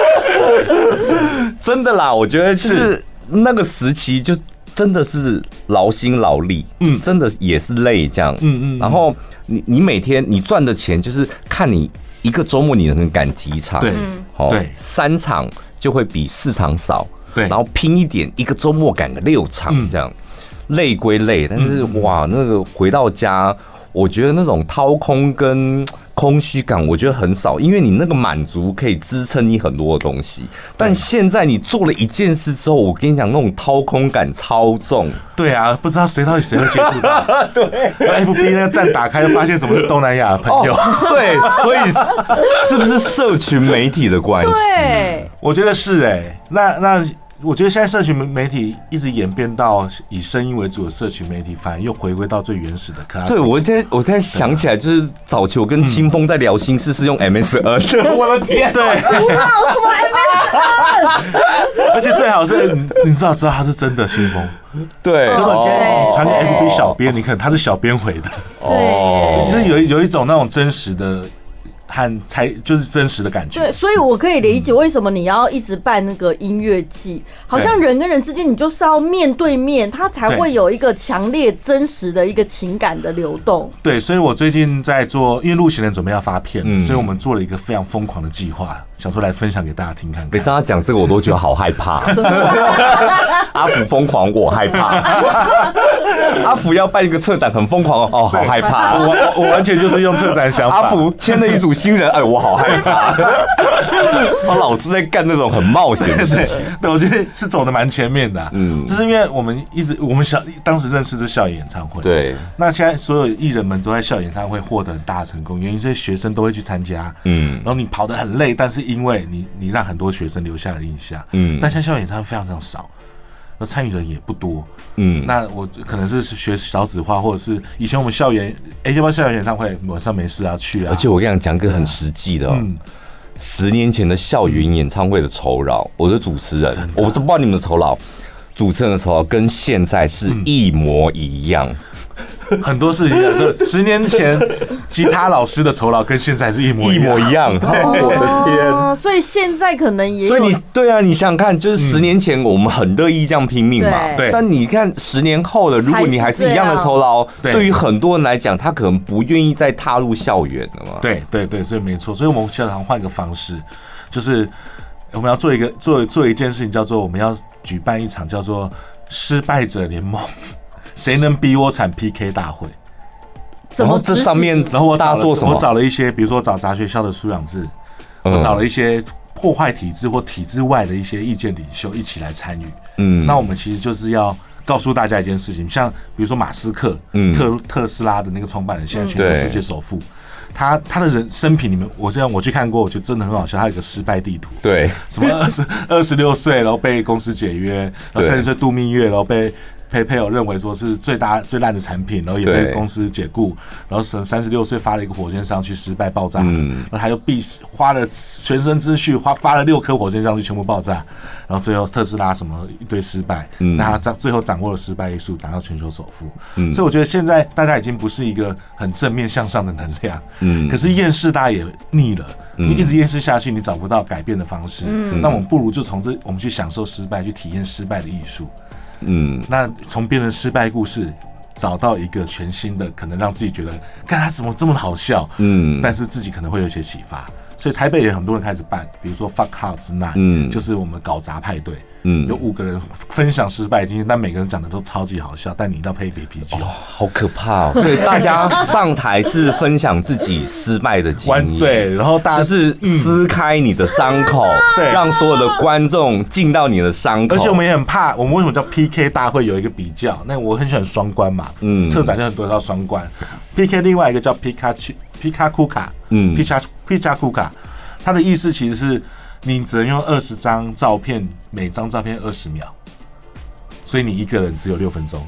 Speaker 1: 真的啦，我觉得就是那个时期就真的是劳心劳力，嗯，真的也是累这样，嗯
Speaker 2: 嗯
Speaker 1: 嗯，
Speaker 2: 嗯
Speaker 1: 然后你你每天你赚的钱就是看你一个周末你能赶几场，
Speaker 2: 对
Speaker 1: 哦，
Speaker 2: 对
Speaker 1: 三场就会比四场少，
Speaker 2: 对
Speaker 1: 然后拼一点，一个周末赶个六场这样，累归累，但是哇，那个回到家，我觉得那种掏空跟空虚感，我觉得很少，因为你那个满足可以支撑你很多的东西，但现在你做了一件事之后，我跟你讲，那种掏空感超重，
Speaker 2: 对啊，不知道谁到底谁会接触 到。对，FB 那个站打开，发现怎么是东南亚的朋
Speaker 1: 哦
Speaker 2: 友。
Speaker 1: 对，所以是不是社群媒体的关系？
Speaker 3: 对，
Speaker 2: 我觉得是哎、那那我觉得现在社群媒体一直演变到以声音为主的社群媒体，反而又回归到最原始的 class。
Speaker 1: 啊对，我现在我现在想起来，就是早期我跟清风在聊心事是用 MSN，我的天，
Speaker 2: 对， 而且最好是你你知道知道他是真的信封，
Speaker 1: 对，
Speaker 2: 如果今天你传给
Speaker 1: 哦
Speaker 2: FB 小编，你可能他是小编回的，
Speaker 1: 哦
Speaker 2: 就是有一有一种那种真实的和猜就是真实的感觉
Speaker 3: 对，。所以我可以理解为什么你要一直办那个音乐季，好像人跟人之间你就是要面对面，它才会有一个强烈真实的一个情感的流动。
Speaker 2: 对，所以我最近在做，因为陆行人准备要发片，
Speaker 1: 嗯
Speaker 2: 所以我们做了一个非常疯狂的计划，想说来分享给大家听看
Speaker 1: 每
Speaker 2: 看
Speaker 1: 次。他讲这个，我都觉得好害怕。 阿福疯狂，我害 怕。阿福要办一个策展，很疯狂哦，好害怕。
Speaker 2: 我我我完全就是用策展想法。
Speaker 1: 阿福签了一组新人，哎，我好害怕。 他老是在干那种很冒险的事情。
Speaker 2: 对，我觉得是走的蛮前面的啊、
Speaker 1: 嗯
Speaker 2: 就是因为我们一直我们小当时认识是校园演唱会，，
Speaker 1: 对，
Speaker 2: 那现在所有艺人们都在校园演唱会获得很大的成功，原因是学生都会去参加，
Speaker 1: 嗯
Speaker 2: 然后你跑得很累，但是因为你你让很多学生留下了印象，
Speaker 1: 嗯
Speaker 2: 但现在校园演唱会非常非常少，那参与人也不多，
Speaker 1: 嗯，
Speaker 2: 那我可能是学少子化，或者是以前我们校园，哎、要不要校园演唱会晚上没事啊去啊？
Speaker 1: 而且我跟你讲，讲一个很实际的哦、
Speaker 2: 嗯
Speaker 1: 十年前的校园演唱会的酬劳，我的主持人，我是不知道你们的酬劳，主持人的酬劳跟现在是一模一样。
Speaker 2: 很多事情的，就十年前吉他老师的酬劳跟现在是一模
Speaker 1: 一模一
Speaker 2: 样。
Speaker 1: 样。
Speaker 4: 我的天，
Speaker 3: 啊，所以现在可能 也有
Speaker 1: 所以你对啊，你想想看，就是十年前我们很乐意这样拼命
Speaker 3: 嗯
Speaker 1: 嘛，
Speaker 2: 对对
Speaker 1: 但你看十年后的，如果你还是一样的酬劳，
Speaker 2: 对
Speaker 1: 对于很多人来讲，他可能不愿意再踏入校园了嘛。
Speaker 2: 对对对，所以没错，所以我们校长换一个方式，就是呃我们要做一个做做一件事情，叫做我们要举办一场叫做失败者联盟，谁能比我惨 PK 大会。
Speaker 3: 怎
Speaker 1: 然
Speaker 3: 么
Speaker 1: 后这
Speaker 3: 执
Speaker 1: 上
Speaker 3: 行
Speaker 1: 面
Speaker 2: 然后我
Speaker 1: 大
Speaker 2: 找
Speaker 1: 家
Speaker 2: 了
Speaker 1: 做什么嗯
Speaker 2: 我找了一些，比如说找杂学校的苏养志，我找了一些破坏体制或体制外的一些意见领袖一起来参与。
Speaker 1: 嗯
Speaker 2: 那我们其实就是要告诉大家一件事情，像比如说马斯克，
Speaker 1: 嗯
Speaker 2: 特特斯拉的那个创办人，现在全球
Speaker 1: 对
Speaker 2: 世界首富。他他的人生平里面，我这样我去看过，我觉得真的很好笑。他有一个失败地图，
Speaker 1: 对
Speaker 2: 什么二十二十六岁，然后被公司解约，然后
Speaker 1: 对
Speaker 2: 三十岁度蜜月，然后被被配偶认为说是最大最烂的产品，然后也被
Speaker 1: 对
Speaker 2: 公司解雇，然后三三十六岁发了一个火箭上去失败爆炸，
Speaker 1: 嗯
Speaker 2: 然后他又必死花了全身积蓄，花发了六颗火箭上去全部爆炸，然后最后特斯拉什么一堆失败，
Speaker 1: 嗯
Speaker 2: 那他掌最后掌握了失败艺术，达到全球首富，所以我觉得现在大家已经不是一个很正面向上的能量，
Speaker 1: 嗯
Speaker 2: 可是厌世大家也腻了，你一直厌世下去，你找不到改变的方式。那我们不如就从这，我们去享受失败，去体验失败的艺术。
Speaker 1: 嗯，
Speaker 2: 那从别人的失败故事，找到一个全新的，可能让自己觉得，看他怎么这么好笑，
Speaker 1: 嗯
Speaker 2: 但是自己可能会有一些启发。所以台北也很多人开始办，比如说 Fuck House Night，
Speaker 1: 嗯
Speaker 2: 就是我们搞砸派对，
Speaker 1: 嗯
Speaker 2: 有五个人分享失败经验，但每个人讲的都超级好笑，但你一定要配一杯啤酒。
Speaker 1: 好可怕哦！所以大家上台是分享自己失败的经
Speaker 2: 完
Speaker 1: 验，
Speaker 2: 对，然后大家
Speaker 1: 就是撕开你的伤口，
Speaker 2: 对
Speaker 1: 让所有的观众进到你的伤口。
Speaker 2: 而且我们也很怕，我们为什么叫 PK 大会有一个比较？那我很喜欢双关嘛，
Speaker 1: 嗯
Speaker 2: 嗯，策展就很多人叫双关。PK 另外一个叫皮卡丘、皮卡库卡，
Speaker 1: 嗯
Speaker 2: 嗯，皮卡皮卡库卡，它的意思其实是你只能用二十张照片，每张照片二十秒，所以你一个人只有六分钟。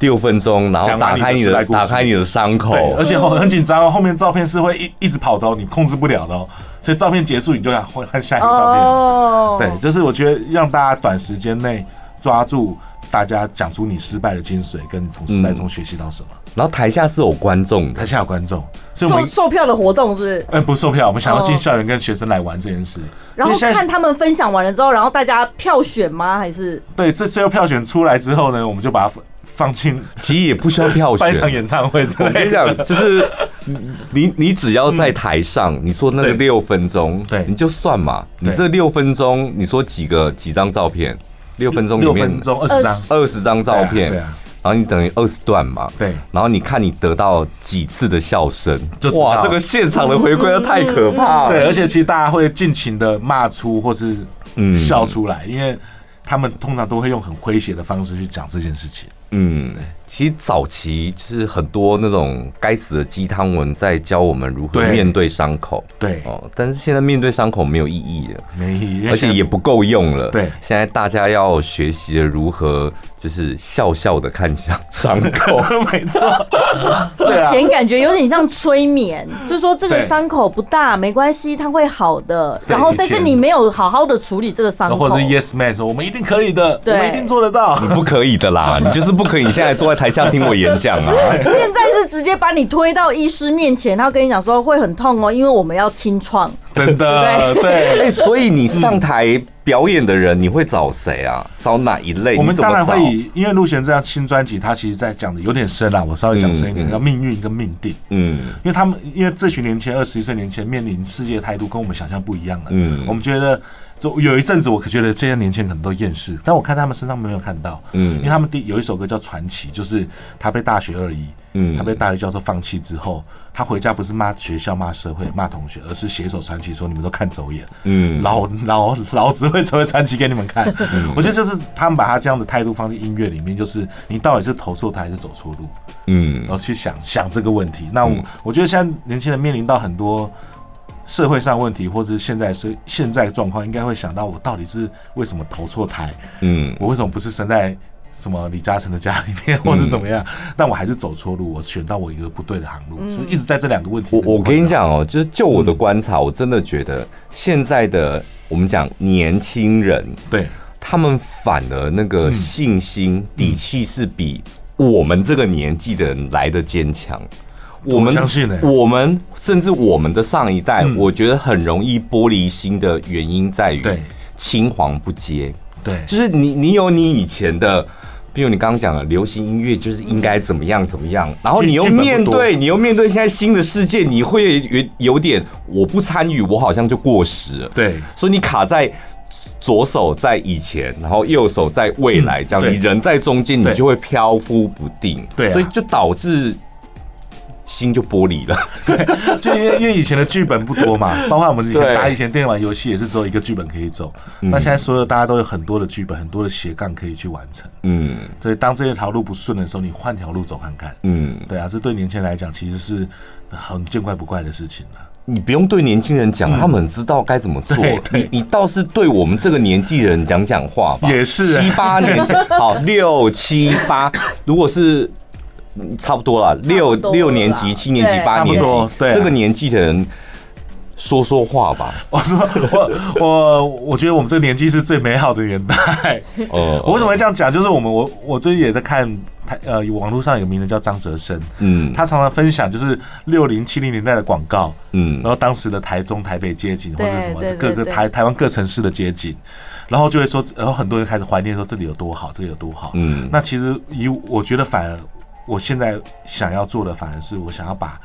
Speaker 1: 六分钟，然后
Speaker 2: 讲
Speaker 1: 打
Speaker 2: 完
Speaker 1: 开你
Speaker 2: 你的失
Speaker 1: 的
Speaker 2: 败故事
Speaker 1: 打开你的伤口，
Speaker 2: 对，而且很很紧张哦，后面照片是会一一直跑的哦，你控制不了的哦，所以照片结束你就想换换下一个照片。
Speaker 3: 哦，
Speaker 2: 对，就是我觉得让大家短时间内抓住大家讲出你失败的精髓，跟你从失败中学习到什么。
Speaker 1: 然后台下是有观众的
Speaker 2: 台。下有观众，所以我
Speaker 3: 售
Speaker 2: 们
Speaker 3: 售票的活动是不是？
Speaker 2: 呃不售票，我们想要进
Speaker 3: 哦
Speaker 2: 校园跟学生来玩这件事。
Speaker 3: 然后
Speaker 2: 因为现在
Speaker 3: 看他们分享完了之后，然后大家票选吗？还是
Speaker 2: 对这最后票选出来之后呢，我们就把它放放进
Speaker 1: 其实也不需要 票
Speaker 2: 办一场
Speaker 1: 选。
Speaker 2: 演唱会之
Speaker 1: 我跟
Speaker 2: 类
Speaker 1: 你
Speaker 2: 的。
Speaker 1: 讲，就是你你只要在台上，你说那个
Speaker 2: 嗯对
Speaker 1: 六分钟，
Speaker 2: 对
Speaker 1: 你就算嘛，你
Speaker 2: 对
Speaker 1: 这六分钟，你说几个几张照片？六分钟里
Speaker 2: 六
Speaker 1: 面
Speaker 2: 分钟二十张，
Speaker 1: 二十张照片，
Speaker 2: 对啊对啊
Speaker 1: 然后你等于二十段嘛，
Speaker 2: 对
Speaker 1: 然后你看你得到几次的笑声
Speaker 2: 就，知道
Speaker 1: 哇，这个现场的回馈太可怕了，
Speaker 2: 对，而且其实大家会尽情的骂出或是
Speaker 1: 嗯
Speaker 2: 笑出来，因为他们通常都会用很诙谐的方式去讲这件事情。
Speaker 1: 嗯，其实早期就是很多那种该死的鸡汤文在教我们如何
Speaker 2: 对
Speaker 1: 面对伤口，
Speaker 2: 对
Speaker 1: 哦，但是现在面对伤口没有意义了。
Speaker 2: 没意义，因为
Speaker 1: 而
Speaker 2: 现
Speaker 1: 且
Speaker 2: 在
Speaker 1: 也不够用了。
Speaker 2: 对
Speaker 1: 现在大家要学习的如何就是笑笑的看向伤口。
Speaker 2: 没错，对
Speaker 3: 以
Speaker 2: 啊，
Speaker 3: 前感觉有点像催 眠，就是说这个
Speaker 2: 对
Speaker 3: 伤口不大，没关系，它会好的。
Speaker 2: 对
Speaker 3: 然后
Speaker 2: 以，
Speaker 3: 但是
Speaker 2: 前
Speaker 3: 你没有好好的处理这个伤口，
Speaker 2: 或者是 Yes Man 说我们一定可以的，我
Speaker 3: 对
Speaker 2: 们一定做得 到。
Speaker 1: 你不可以的啦，你就是不可以。现在坐在台下听我演讲啊，
Speaker 3: 现在是直接把你推到医师面前，他跟你讲说会很痛哦，因为我们要清创。
Speaker 2: 真的，
Speaker 1: 哎、
Speaker 2: 对，
Speaker 1: 所以你上台表演的人，你会找谁啊？找哪一类？
Speaker 2: 我们
Speaker 1: 你怎么
Speaker 2: 当然
Speaker 1: 找
Speaker 2: 会以，因为陆贤这张新专辑，它其实在讲的有点深啦，啊我稍微讲深一点，
Speaker 1: 嗯嗯
Speaker 2: 叫命运跟命定。
Speaker 1: 嗯
Speaker 2: 因为他们，因为这群年轻人，二十一岁年轻人面临世界态度跟我们想象不一样了。
Speaker 1: 嗯
Speaker 2: 嗯，我们觉得，就有一阵子，我可觉得这些年轻人可能都厌世，但我看他们身上没有看到。
Speaker 1: 嗯
Speaker 2: 嗯，因为他们第有一首歌叫《传奇》，就是他被大学二一，
Speaker 1: 嗯
Speaker 2: 嗯，他被大学教授放弃之后，他回家不是骂学校、骂社会、骂同学，而是写一首传奇说你们都看走眼，
Speaker 1: 嗯，
Speaker 2: 老老老子会成为传奇给你们看。 我觉得就是他们把他这样的态度放进音乐里面，就是你到底是投错台还是走错路。
Speaker 1: 嗯
Speaker 2: 然后去想想这个问题。那我、我觉得现在年轻人面临到很多社会上问题，或者是现在是现在的状况，应该会想到我到底是为什么投错台，
Speaker 1: 嗯
Speaker 2: 我为什么不是生在什么李嘉诚的家里面， 或者怎么样？
Speaker 1: 嗯
Speaker 2: 但我还是走错路，我选到我一个不对的航路，所以一直在这两个问题。
Speaker 1: 我我跟你，讲哦，就是就我的观察，我真的觉得现在的我们讲年轻人，
Speaker 2: 对
Speaker 1: 嗯他们反而那个信心、底气是比我们这个年纪的人来的坚强。我们
Speaker 2: 我相信欸
Speaker 1: 我们甚至我们的上一代，
Speaker 2: 嗯
Speaker 1: 我觉得很容易玻璃心的原因在于
Speaker 2: 对
Speaker 1: 青黄不接。
Speaker 2: 对，
Speaker 1: 就是你你有你以前的，比如你刚刚讲的流行音乐就是应该怎么样怎么样，然后
Speaker 2: 剧
Speaker 1: 你又
Speaker 2: 剧本不
Speaker 1: 面
Speaker 2: 多
Speaker 1: 对你又面对现在新的世界，你会有有点我不参与，我好像就过时了。
Speaker 2: 对
Speaker 1: 所以你卡在左手在以前，然后右手在未来，这样、
Speaker 2: 对
Speaker 1: 你人在中间，你
Speaker 2: 对
Speaker 1: 就会飘忽不定。
Speaker 2: 对啊
Speaker 1: 所以就导致心就玻璃了。
Speaker 2: 就因为因为以前的剧本不 多嘛，包括我们以前
Speaker 1: 对嗯
Speaker 2: 大家以前电玩游戏也是只有一个剧本可以走，那现在所有大家都有很多的剧本，很多的斜杠可以去完成。
Speaker 1: 嗯
Speaker 2: 所以当这一条路不顺的时候，你换条路走看看。
Speaker 1: 嗯，
Speaker 2: 对啊，这对年轻人来讲其实是很见怪不怪的事情啊了。
Speaker 1: 你不用对年轻人讲，他们很知道该怎么做
Speaker 2: 嗯对。
Speaker 1: 你你倒是对我们这个年纪的人讲讲话吧。
Speaker 2: 也是
Speaker 1: 七八年前， 好六七八，如果是。嗯差不多啦，六
Speaker 3: 差不多啦
Speaker 1: 六年级、七年级、
Speaker 3: 对
Speaker 1: 八年
Speaker 2: 差不多
Speaker 1: 级，
Speaker 2: 对啊
Speaker 1: 这个年纪的人说说话吧。
Speaker 2: 我说我我我觉得我们这个年纪是最美好的年代。
Speaker 1: 呃
Speaker 3: 哦
Speaker 2: 我为什么会这样讲？就是我们我我最近也在看台呃网络上有名人叫张哲生，
Speaker 1: 嗯
Speaker 2: 他常常分享就是六零七零年代的广告，
Speaker 1: 嗯
Speaker 2: 然后当时的台中、台北街景或
Speaker 3: 对
Speaker 2: 者什么
Speaker 3: 对对
Speaker 2: 各个
Speaker 3: 对
Speaker 2: 台台湾各城市的街景，然后就会说，然后很多人开始怀念说这里有多好，这里有多好。
Speaker 1: 嗯
Speaker 2: 那其实以我觉得反而我现在想要做的，反而是我想要把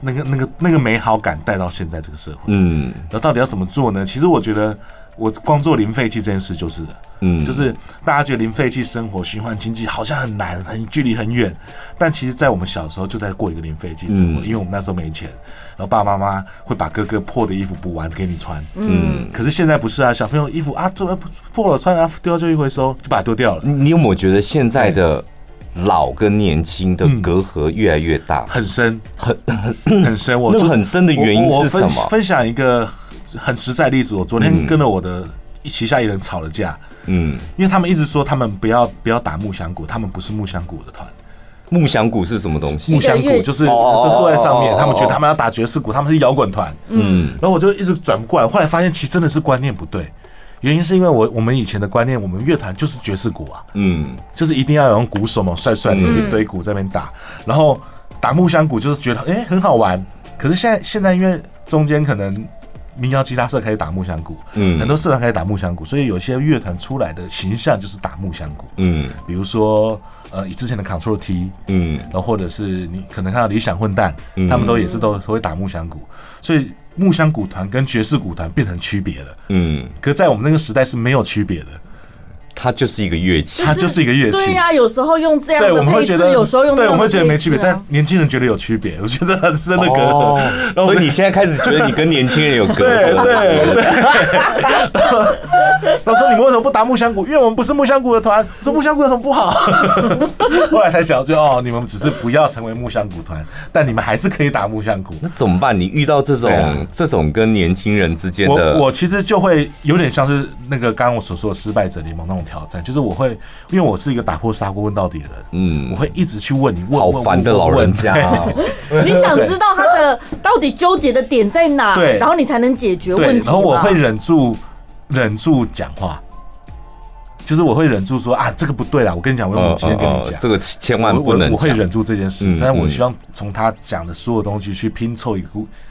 Speaker 2: 那个那个那个美好感带到现在这个社会。
Speaker 1: 嗯
Speaker 2: 然后到底要怎么做呢？其实我觉得，我光做零废弃这件事就是了，
Speaker 1: 嗯，
Speaker 2: 就是大家觉得零废弃生活循环经济好像很难，很距离很远，但其实，在我们小时候就在过一个零废弃生活，
Speaker 1: 嗯
Speaker 2: 因为我们那时候没钱，然后爸爸妈妈会把哥哥破的衣服补完给你穿。
Speaker 1: 嗯，
Speaker 2: 可是现在不是啊，小朋友衣服啊，做破了穿啊，丢掉就一回收，就把它丢掉了，
Speaker 1: 你有没有觉得现在的老跟年轻的
Speaker 2: 嗯
Speaker 1: 隔阂越来越大？
Speaker 2: 很深，
Speaker 1: 很
Speaker 2: 很深。我
Speaker 1: 那
Speaker 2: 就
Speaker 1: 很深的原因
Speaker 2: 我我
Speaker 1: 是什
Speaker 2: 分
Speaker 1: 么？
Speaker 2: 分享一个很实在的例子，我昨天
Speaker 1: 嗯
Speaker 2: 跟了我的旗下艺人吵了架，
Speaker 1: 嗯，
Speaker 2: 因为他们一直说他们不要不要打木香鼓，他们不是木香鼓的团，
Speaker 1: 木响鼓是什么东
Speaker 2: 木
Speaker 1: 西？
Speaker 2: 香鼓就是
Speaker 1: 哦哦哦
Speaker 2: 都坐在上
Speaker 1: 哦
Speaker 2: 面，
Speaker 1: 哦
Speaker 2: 他们觉得他们要打爵士鼓，他们是摇滚团。
Speaker 1: 嗯
Speaker 2: 然后我就一直转不过来，后来发现其实真的是观念不对，原因是因为我我们以前的观念，我们乐团就是爵士鼓啊，
Speaker 1: 嗯
Speaker 2: 就是一定要有人鼓手嘛，帅帅的一堆鼓在那边打，然后打木箱鼓就是觉得哎、诶很好玩，可是现在现在因为中间可能民谣吉他社开始打木箱鼓，
Speaker 1: 嗯
Speaker 2: 很多社团开始打木箱鼓，所以有些乐团出来的形象就是打木箱鼓，
Speaker 1: 嗯
Speaker 2: 比如说呃以之前的 Control T，
Speaker 1: 嗯
Speaker 2: 然后或者是你可能看到理想混蛋，
Speaker 1: 嗯
Speaker 2: 他们都也是都都会打木箱鼓，所以木箱鼓团跟爵士鼓团变成区别了。
Speaker 1: 嗯，
Speaker 2: 可在我们那个时代是没有区别的，
Speaker 1: 它就是啊一个乐器。
Speaker 2: 它就是一个乐器。
Speaker 3: 对呀、有时候用这样
Speaker 2: 对，我
Speaker 3: 的
Speaker 2: 们会
Speaker 3: 配置
Speaker 2: 觉，得
Speaker 3: 有时候用那
Speaker 2: 对，我们
Speaker 3: 样的
Speaker 2: 会觉得没区别，
Speaker 3: 配置啊
Speaker 2: 但年轻人觉得有区别，我 觉得很深的隔阂。
Speaker 1: 哦
Speaker 2: 然后我
Speaker 1: 所以
Speaker 2: 们
Speaker 1: 你哦现在开始觉得你跟年轻人有隔
Speaker 2: 对
Speaker 1: 阂。
Speaker 2: 对 对。然后说你们为什么不打木香鼓？因为我们不是木香鼓的团。我说木香鼓有什么不好？ 后来才想，就哦，你们只是不要成为木香鼓团，但你们还是可以打木香鼓。
Speaker 1: 那怎么办？你遇到这
Speaker 2: 对
Speaker 1: 种
Speaker 2: 啊
Speaker 1: 这种跟年轻人之间的，
Speaker 2: 我我其实就会有点像是那个刚刚我所说的失败者联盟那种挑战，就是我会，因为我是一个打破砂锅问到底的人，
Speaker 1: 嗯
Speaker 2: 我会一直去问你，问
Speaker 1: 好烦的老人家。
Speaker 2: 问问问
Speaker 1: 哦。
Speaker 3: 你想知道他的到底纠结的点在哪，
Speaker 2: 对
Speaker 3: 然后你才能解决
Speaker 2: 对，
Speaker 3: 问题
Speaker 2: 然后我
Speaker 3: 嘛
Speaker 2: 会忍住，忍住讲话，就是我会忍住说啊，这个不对啦，我跟你讲，我用我今天跟你
Speaker 1: 哦哦
Speaker 2: 讲
Speaker 1: 哦，这个千万
Speaker 2: 我
Speaker 1: 不能
Speaker 2: 我我会
Speaker 1: 讲。
Speaker 2: 忍住这件事
Speaker 1: 嗯，
Speaker 2: 但是我
Speaker 1: 嗯
Speaker 2: 希望从他讲的所有东西去拼凑一个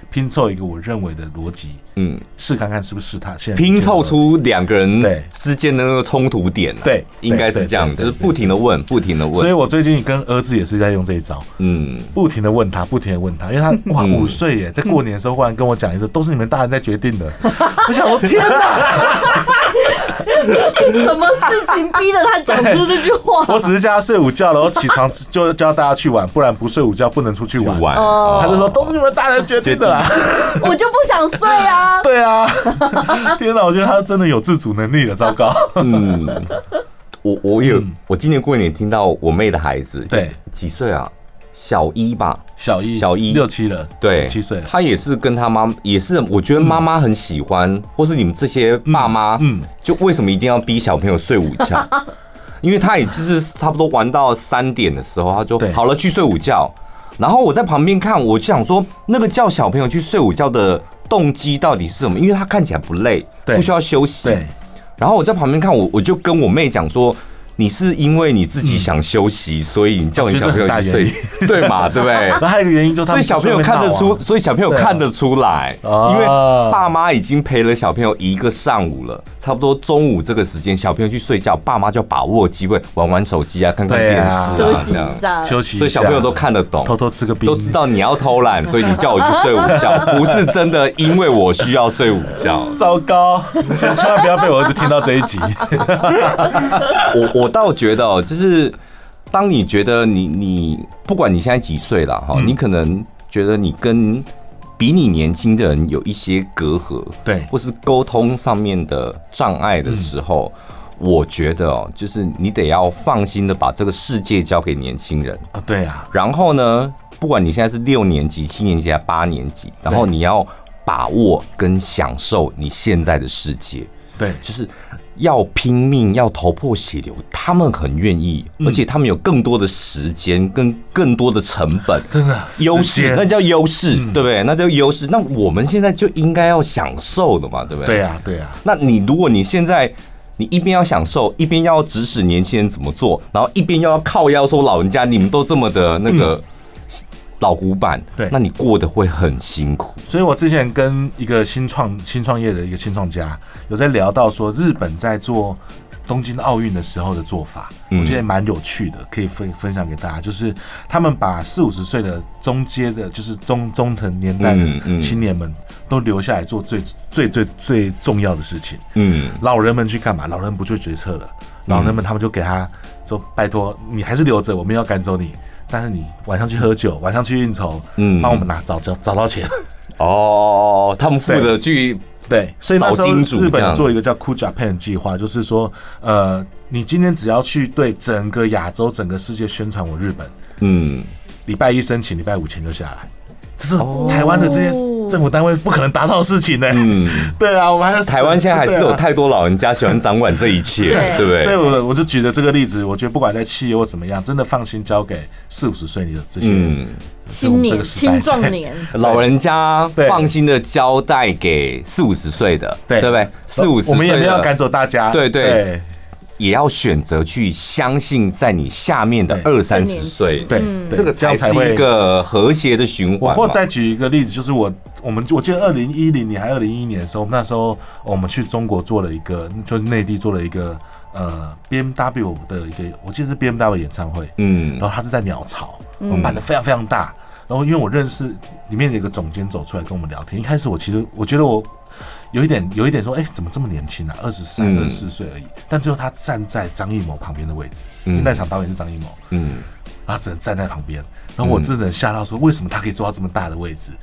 Speaker 2: 拼凑一个我认为的逻辑，
Speaker 1: 嗯，
Speaker 2: 试看看是不是他现在
Speaker 1: 拼凑出两个人
Speaker 2: 对
Speaker 1: 之间的那个冲突点、啊，
Speaker 2: 对
Speaker 1: 应该是这样，就
Speaker 2: 对对
Speaker 1: 是不停的问，不停的
Speaker 2: 所以
Speaker 1: 问，
Speaker 2: 我最近跟儿子也是在用这一招，
Speaker 1: 嗯
Speaker 2: 不停的问他，不停的问他，因 为他哇五岁耶，在过年的时候忽然跟我讲一个，都是你们大人在决定的。我想说天哪，
Speaker 3: 什么事情逼着他讲出这句话？
Speaker 2: 我只是叫他睡午觉，然后起床就叫大家去玩，不然不睡午觉不能出去
Speaker 1: 去
Speaker 2: 玩。
Speaker 1: 玩，
Speaker 3: 哦
Speaker 2: 他就说都是你们大人决定的啦。！
Speaker 3: 我就不想睡啊
Speaker 2: 对啊， 天哪，我觉得他真的有自主能力了，糟糕。
Speaker 1: 嗯，我我有，我今年过年听到我妹的孩子，
Speaker 2: 对，
Speaker 1: 几岁啊？小一吧，
Speaker 2: 小一，
Speaker 1: 小一
Speaker 2: 六七了，
Speaker 1: 对，
Speaker 2: 七岁了。
Speaker 1: 她也是跟她妈，也是我觉得妈妈很喜欢，或是你们这些爸妈，嗯
Speaker 2: 嗯，
Speaker 1: 就为什么一定要逼小朋友睡午觉？ 因为他也就是差不多玩到三点的时候，他就
Speaker 2: 对
Speaker 1: 好了去睡午觉。然后我在旁边看，我就想说，那个叫小朋友去睡午觉的动机到底是什么？因为他看起来不累，
Speaker 2: 对
Speaker 1: 不需要休息。
Speaker 2: 对，
Speaker 1: 然后我在旁边看，我我就跟我妹讲说，你是因为你自己想休
Speaker 2: 嗯
Speaker 1: 息，所以你
Speaker 2: 哦
Speaker 1: 叫你小朋友去
Speaker 2: 我觉得
Speaker 1: 睡，对嘛？对不 对？
Speaker 2: 然后还有一个原因就是
Speaker 1: 所
Speaker 2: 他
Speaker 1: 以
Speaker 2: 们
Speaker 1: 小朋友看得出，所以小朋友
Speaker 2: 对啊
Speaker 1: 看得出来，
Speaker 2: 哦
Speaker 1: 因为爸妈已经陪了小朋友一个上午了，差不多中午这个时间，小朋友去睡觉，爸妈就把握机会玩玩手机啊，看看
Speaker 2: 对
Speaker 1: 电视
Speaker 2: 啊
Speaker 1: 啊，
Speaker 3: 休息
Speaker 1: 这样
Speaker 3: 一 下，
Speaker 2: 休息一下，
Speaker 1: 所以小朋友都看得懂，
Speaker 2: 偷偷吃个冰，
Speaker 1: 都知道你要偷懒，所以你叫我去睡午 觉，不是真的因为我需要睡午觉。
Speaker 2: 糟糕，千千万不要被我儿子听到这一集。
Speaker 1: 我我倒觉得哦，就是当你觉得你你不管你现在几岁了哈，
Speaker 2: 嗯
Speaker 1: 你可能觉得你跟比你年轻的人有一些隔阂，
Speaker 2: 对
Speaker 1: 或是沟通上面的障碍的时候。
Speaker 2: 嗯
Speaker 1: 我觉得哦，就是你得要放心的把这个世界交给年轻人，
Speaker 2: 啊，对啊，
Speaker 1: 然后呢，不管你现在是六年级、七年级还是八年级，然后你要把握跟享受你现在的世界。
Speaker 2: 对，
Speaker 1: 就是要拼命，要头破血流，他们很愿意，
Speaker 2: 嗯
Speaker 1: 而且他们有更多的时间跟更多的成本，
Speaker 2: 真的
Speaker 1: 优
Speaker 2: 时
Speaker 1: 势
Speaker 2: 间嗯
Speaker 1: 那叫优势，对不对？那叫优势。那我们现在就应该要享受的嘛，对不对？
Speaker 2: 对。啊，对啊，
Speaker 1: 那你如果你现在你一边要享受，一边要指使年轻人怎么做，然后一边又要靠腰说老人家你们都这么的那个老古板，
Speaker 2: 嗯对
Speaker 1: 那你过得会很辛苦。
Speaker 2: 所以我之前跟一个新创新创业的一个新创家有在聊到说，日本在做东京奥运的时候的做法，
Speaker 1: 嗯
Speaker 2: 我觉得蛮有趣的，可以分分享给大家。就是他们把四五十岁的中阶的，就是中中层年代
Speaker 1: 嗯
Speaker 2: 的
Speaker 1: 嗯
Speaker 2: 青年们都留下来做最最最最重要的事情。
Speaker 1: 嗯，
Speaker 2: 老人们去干嘛？老人不做决策了，老人们他们就给他说：“拜托，你还是留着，我们要赶走你。”但是你晚上去喝酒，晚上去应酬，
Speaker 1: 嗯
Speaker 2: 帮我们拿找找找到钱。
Speaker 1: 哦，他们负责去
Speaker 2: 对，所以那时
Speaker 1: 找
Speaker 2: 候
Speaker 1: 金主
Speaker 2: 日本
Speaker 1: 这
Speaker 2: 有
Speaker 1: 样
Speaker 2: 做一个叫 Cool Japan 的计划，就是说，呃，你今天只要去对整个亚洲、整个世界宣传我日本，
Speaker 1: 嗯。
Speaker 2: 礼拜一申请，礼拜五前就下来，这是台湾的这些
Speaker 3: 哦
Speaker 2: 政府单位不可能达到的事情呢、
Speaker 1: 嗯
Speaker 2: 对啊，我们还 是
Speaker 1: 台湾现在还是
Speaker 2: 对
Speaker 1: 有
Speaker 2: 啊
Speaker 1: 太多老人家喜欢掌管这一切，
Speaker 3: 对
Speaker 1: 对不
Speaker 2: 所以
Speaker 1: 对？
Speaker 2: 我我就举的这个例子，我觉得不管在企业或怎么样，真的放心交给四五十岁的这些人。
Speaker 1: 嗯，
Speaker 3: 青
Speaker 2: 这
Speaker 3: 年、
Speaker 2: 个时代
Speaker 3: 青壮年，
Speaker 1: 老人家
Speaker 2: 对
Speaker 1: 放心的交代给四五十岁的，
Speaker 2: 对
Speaker 1: 对不呃对？四五十
Speaker 2: 我们也
Speaker 1: 岁
Speaker 2: 没有
Speaker 1: 的
Speaker 2: 赶走大家，
Speaker 1: 对对也要选择去相信在你下面的
Speaker 2: 对
Speaker 1: 二三十岁，
Speaker 2: 对
Speaker 3: 嗯
Speaker 2: 对，
Speaker 1: 这个
Speaker 2: 这样
Speaker 1: 才
Speaker 2: 才
Speaker 1: 是
Speaker 2: 会
Speaker 1: 一。个和谐的循
Speaker 2: 我
Speaker 1: 环嘛。
Speaker 2: 或再举一个例子，就是我我们我记得二零一零年还二零一一年的时候，那时候我们去中国做了一个，就是内地做了一个呃 B M W 的一个，我记得是 B M W 演唱会，
Speaker 1: 嗯
Speaker 2: 然后他是在鸟巢，我们办的非常非常大。然后因为我认识里面有一个总监走出来跟我们聊天，一开始我其实我觉得我有一点有一点说，哎，怎么这么年轻啊，二十三、
Speaker 1: 嗯
Speaker 2: 二十四岁而已。但最后他站在张艺谋旁边的位置，
Speaker 1: 嗯
Speaker 2: 因为那场导演是张艺谋，
Speaker 1: 嗯，
Speaker 2: 然后他只能站在旁边。然后我真的吓到说，为什么他可以坐到这么大的位置？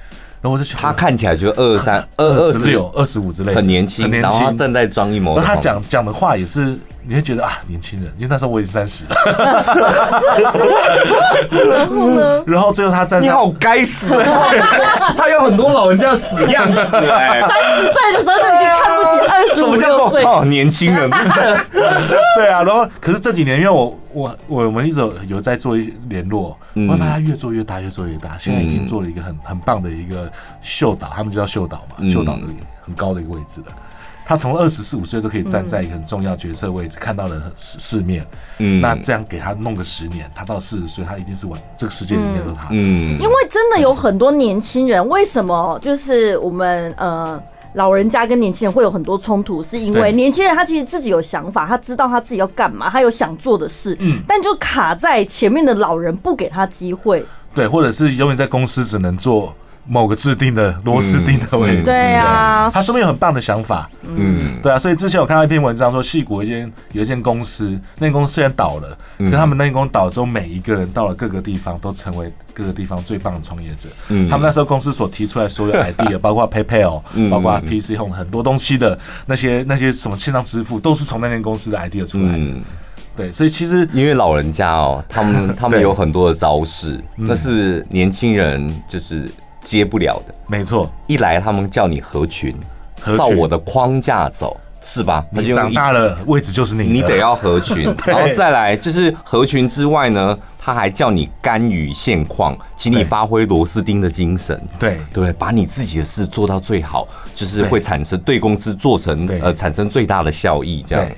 Speaker 2: 然后我就想
Speaker 1: 他看起来就二三二
Speaker 2: 二
Speaker 1: 嗯二
Speaker 2: 十六、，二十五之类的，
Speaker 1: 很年轻，
Speaker 2: 很年
Speaker 1: 然后他
Speaker 2: 轻。
Speaker 1: 站在张艺谋
Speaker 2: 然
Speaker 1: 的
Speaker 2: 后他
Speaker 1: 旁边，
Speaker 2: 讲讲的话也是，你会觉得啊，年轻人，因为那时候我也是三十。然后呢？ 然后最后他站
Speaker 1: 你
Speaker 2: 上，
Speaker 1: 好该死，啊 他有很多老人家死样子哎。
Speaker 3: 三十岁的时候都已经看不起二十
Speaker 1: 什
Speaker 3: 五
Speaker 1: 么叫
Speaker 3: 六
Speaker 1: 做
Speaker 3: 岁，
Speaker 1: 哦年轻 人？
Speaker 2: 对啊，然后可是这几年，因为我我我们一直有有在做一联络，
Speaker 1: 嗯
Speaker 2: 我会发现他越做越大，越做越大，现在已经做了一个很很棒的一个秀导，他们就叫秀导嘛，
Speaker 1: 嗯
Speaker 2: 秀导的很高的一个位置的。他从二十四五岁都可以站在一个很重要决策位置，看到了世世面。
Speaker 1: 嗯
Speaker 2: 那这样给他弄个十年，他到四十岁，他一定是完这个世界里面都是他。
Speaker 1: 嗯
Speaker 3: 因为真的有很多年轻人，为什么就是我们呃老人家跟年轻人会有很多冲突，是因
Speaker 2: 对
Speaker 3: 为年轻人他其实自己有想法，他知道他自己要干嘛，他有想做的事，但就卡在前面的老人不给他机会。
Speaker 2: 对，或者是永远在公司只能做某个制定的螺丝钉的位置。
Speaker 1: 嗯
Speaker 3: 对啊，
Speaker 2: 他说不定有很棒的想法，
Speaker 1: 嗯
Speaker 2: 对啊，所以之前我看到一篇文章说，戏谷一间有一间公司，那间公司虽然倒了，可是
Speaker 1: 嗯
Speaker 2: 他们那间公司倒了之后，每一个人到了各个地方都成为各个地方最棒的创业者。
Speaker 1: 嗯
Speaker 2: 他们那时候公司所提出来所有 idea，包括 PayPal，
Speaker 1: 嗯
Speaker 2: 包括 PC Home 很多东西的那些那些什么线上支付，都是从那间公司的 idea 出来的。
Speaker 1: 嗯，
Speaker 2: 对，所以其实
Speaker 1: 因为老人家哦，他 们他们有很多的招式，那是年轻人就是接不了的。
Speaker 2: 没错，
Speaker 1: 一来他们叫你合群，
Speaker 2: 合
Speaker 1: 照
Speaker 2: 群
Speaker 1: 我的框架走，是吧？他就
Speaker 2: 你
Speaker 1: 用
Speaker 2: 长
Speaker 1: 一
Speaker 2: 大了，位置就是你的，
Speaker 1: 你得要合 群，然后再来就是合群之外呢，他还叫你甘于现况，请你
Speaker 2: 对
Speaker 1: 发挥螺丝钉的精神。
Speaker 2: 对
Speaker 1: 对不对？把你自己的事做到最好，就是
Speaker 2: 对
Speaker 1: 会产生对公司做成
Speaker 2: 对
Speaker 1: 呃产生最大的效益，这样
Speaker 2: 对。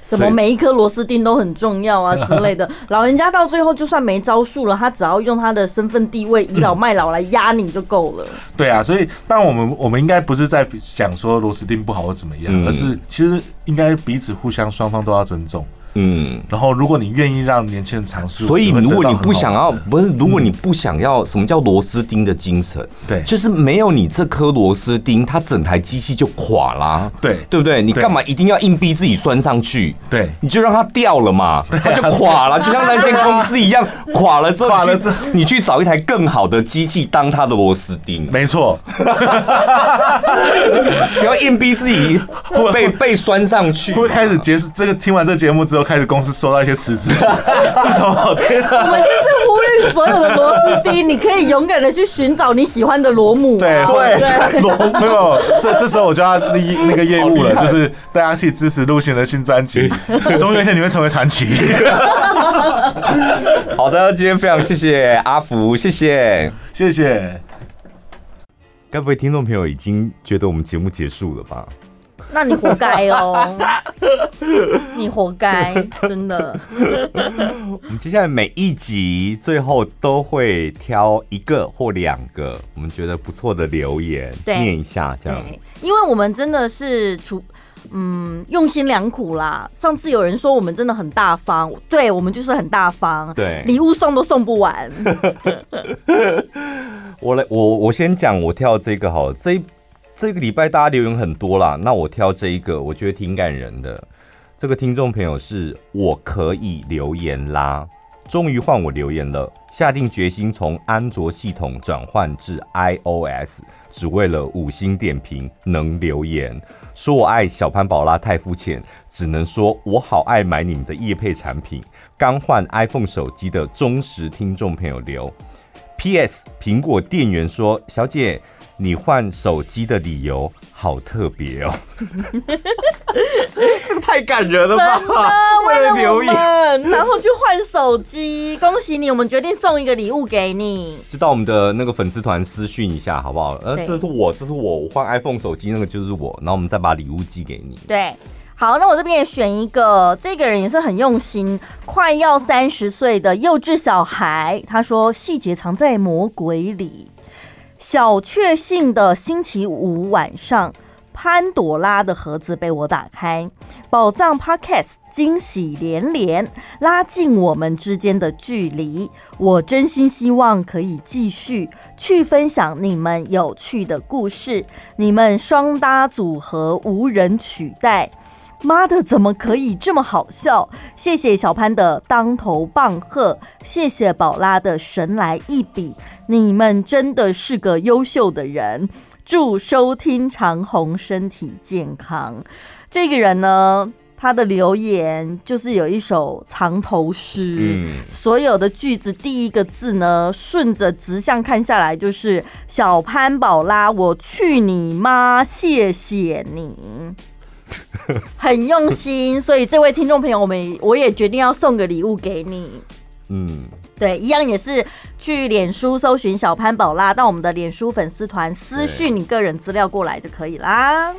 Speaker 3: 什么
Speaker 1: 对
Speaker 3: 每一颗螺丝钉都很重要啊之类的。老人家到最后就算没招数了，他只要用他的身份地位倚老卖老来压你就够了。
Speaker 2: 对啊，所以但我们我们应该不是在讲说螺丝钉不好或怎么样，
Speaker 1: 嗯
Speaker 2: 而是其实应该彼此互相双方都要尊重。
Speaker 1: 嗯，
Speaker 2: 然后，如果你愿意让年轻人尝试，
Speaker 1: 所以
Speaker 2: 我觉得
Speaker 1: 如果
Speaker 2: 得
Speaker 1: 你
Speaker 2: 到很
Speaker 1: 不想
Speaker 2: 好
Speaker 1: 要，不是，如果你不想要，什么叫螺丝钉的精神？
Speaker 2: 对
Speaker 1: 就是没有你这颗螺丝钉，它整台机器就垮啦。
Speaker 2: 对
Speaker 1: 对不对？你
Speaker 2: 对
Speaker 1: 干嘛一定要硬逼自己拴上去？
Speaker 2: 对
Speaker 1: 你就让它掉了嘛，它就垮 了，就像那间公司一样，垮了之后，
Speaker 2: 垮了
Speaker 1: 你去
Speaker 2: 之后
Speaker 1: 你去找一台更好的机器当它的螺丝钉，
Speaker 2: 没错，
Speaker 1: 不要硬逼自己
Speaker 2: 会
Speaker 1: 被被拴上去
Speaker 2: 会不。会开始结束 这个？听完这节目之后，开始公司收到一些辞职信， 自从我天
Speaker 3: 我们就是呼吁所有的螺丝钉，你可以勇敢的去寻找你喜欢的螺母啊。
Speaker 2: 对
Speaker 3: 对，
Speaker 2: 没有，这这时候我就要那那个业务了，就是大家去支持陆行的新 专辑，总有一天你会成为传奇。
Speaker 1: 好的，今天非常谢谢阿福，谢谢。
Speaker 2: 谢谢。
Speaker 1: 该不会听众朋友已经觉得我们节目结束了吧？
Speaker 3: 那你活该哦，你活该，真的。
Speaker 1: 我们接下来每一集最后都会挑一个或两个我们觉得不错的留言
Speaker 3: 对
Speaker 1: 念一下，这样。
Speaker 3: 对，因为我们真的是除。嗯，用心良苦啦。上次有人说我们真的很大方，对我们就是很大方，
Speaker 1: 对
Speaker 3: 礼物送都送 不完。
Speaker 1: 我来，我我先讲，我挑这个好了，这一这个礼拜大家留言很多啦，那我挑这一个，我觉得挺感人的。这个听众朋友是我可以留言啦，终于换我留言了，下定决心从安卓系统转换至 iOS，只为了五星点评能留言。说我爱小潘宝拉太肤浅，只能说我好爱买你们的夜配产品。刚换 iPhone 手机的忠实听众朋友留，P.S. 苹果店员说：“小姐，你换手机的理由好特别哦。” 这个太感人了吧！ 为了留言，
Speaker 3: 言，然后去换手机。恭喜你，我们决定送一个礼物给你。
Speaker 1: 就到我们的那个粉丝团私讯一下好不好？呃，
Speaker 3: 对
Speaker 1: 这是我，这是我，我换 iPhone 手机那个就是我，然后我们再把礼物寄给你。
Speaker 3: 对，好，那我这边也选一个，这个人也是很用心，快要三十岁的幼稚小孩，他说细节藏在魔鬼里。小确幸的星期五晚上，潘朵拉的盒子被我打开，宝藏 Podcast 惊喜连连，拉近我们之间的距离。我真心希望可以继续去分享你们有趣的故事，你们双搭组合无人取代。妈的，怎么可以这么好笑？谢谢小潘的当头棒喝，谢谢宝拉的神来一笔，你们真的是个优秀的人。祝收听长虹身体健康。这个人呢，他的留言就是有一首藏头诗，
Speaker 1: 嗯
Speaker 3: 所有的句子第一个字呢，顺着直向看下来就是小潘宝拉，我去你妈，谢谢你。很用心，所以这位听众朋友，我们我也决定要送个礼物给你。
Speaker 1: 嗯，
Speaker 3: 对，一样也是去脸书搜寻小潘宝拉，到我们的脸书粉丝团私讯你个人资料过来就可以啦。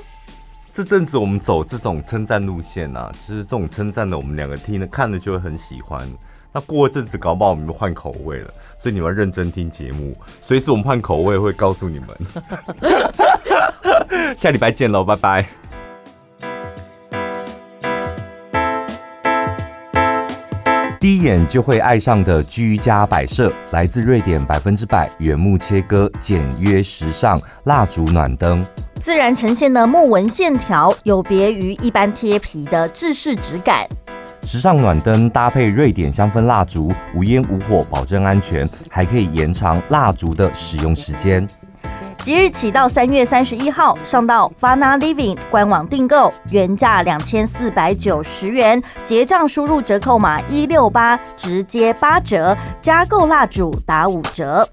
Speaker 1: 这阵子我们走这种称赞路线啊，就是这种称赞的，我们两个听了看了就会很喜欢。那过一阵子，搞不好我们就换口味了，所以你们要认真听节目，随时我们换口味会告诉你们。 下礼拜见喽，拜拜。第一眼就会爱上的居家摆设，来自瑞典百分之百原木切割，简约时尚，蜡烛暖灯。
Speaker 3: 自然呈现的木纹线条，有别于一般贴皮的制式质感。
Speaker 1: 时尚暖灯搭配瑞典香氛蜡烛，无烟无火，保证安全，还可以延长蜡烛的使用时间。
Speaker 3: 即日起到三月三十一号，上到 Fana Living 官网订购，原价两千四百九十元，结账输入折扣码一六八，直接八折，加购蜡烛打五折。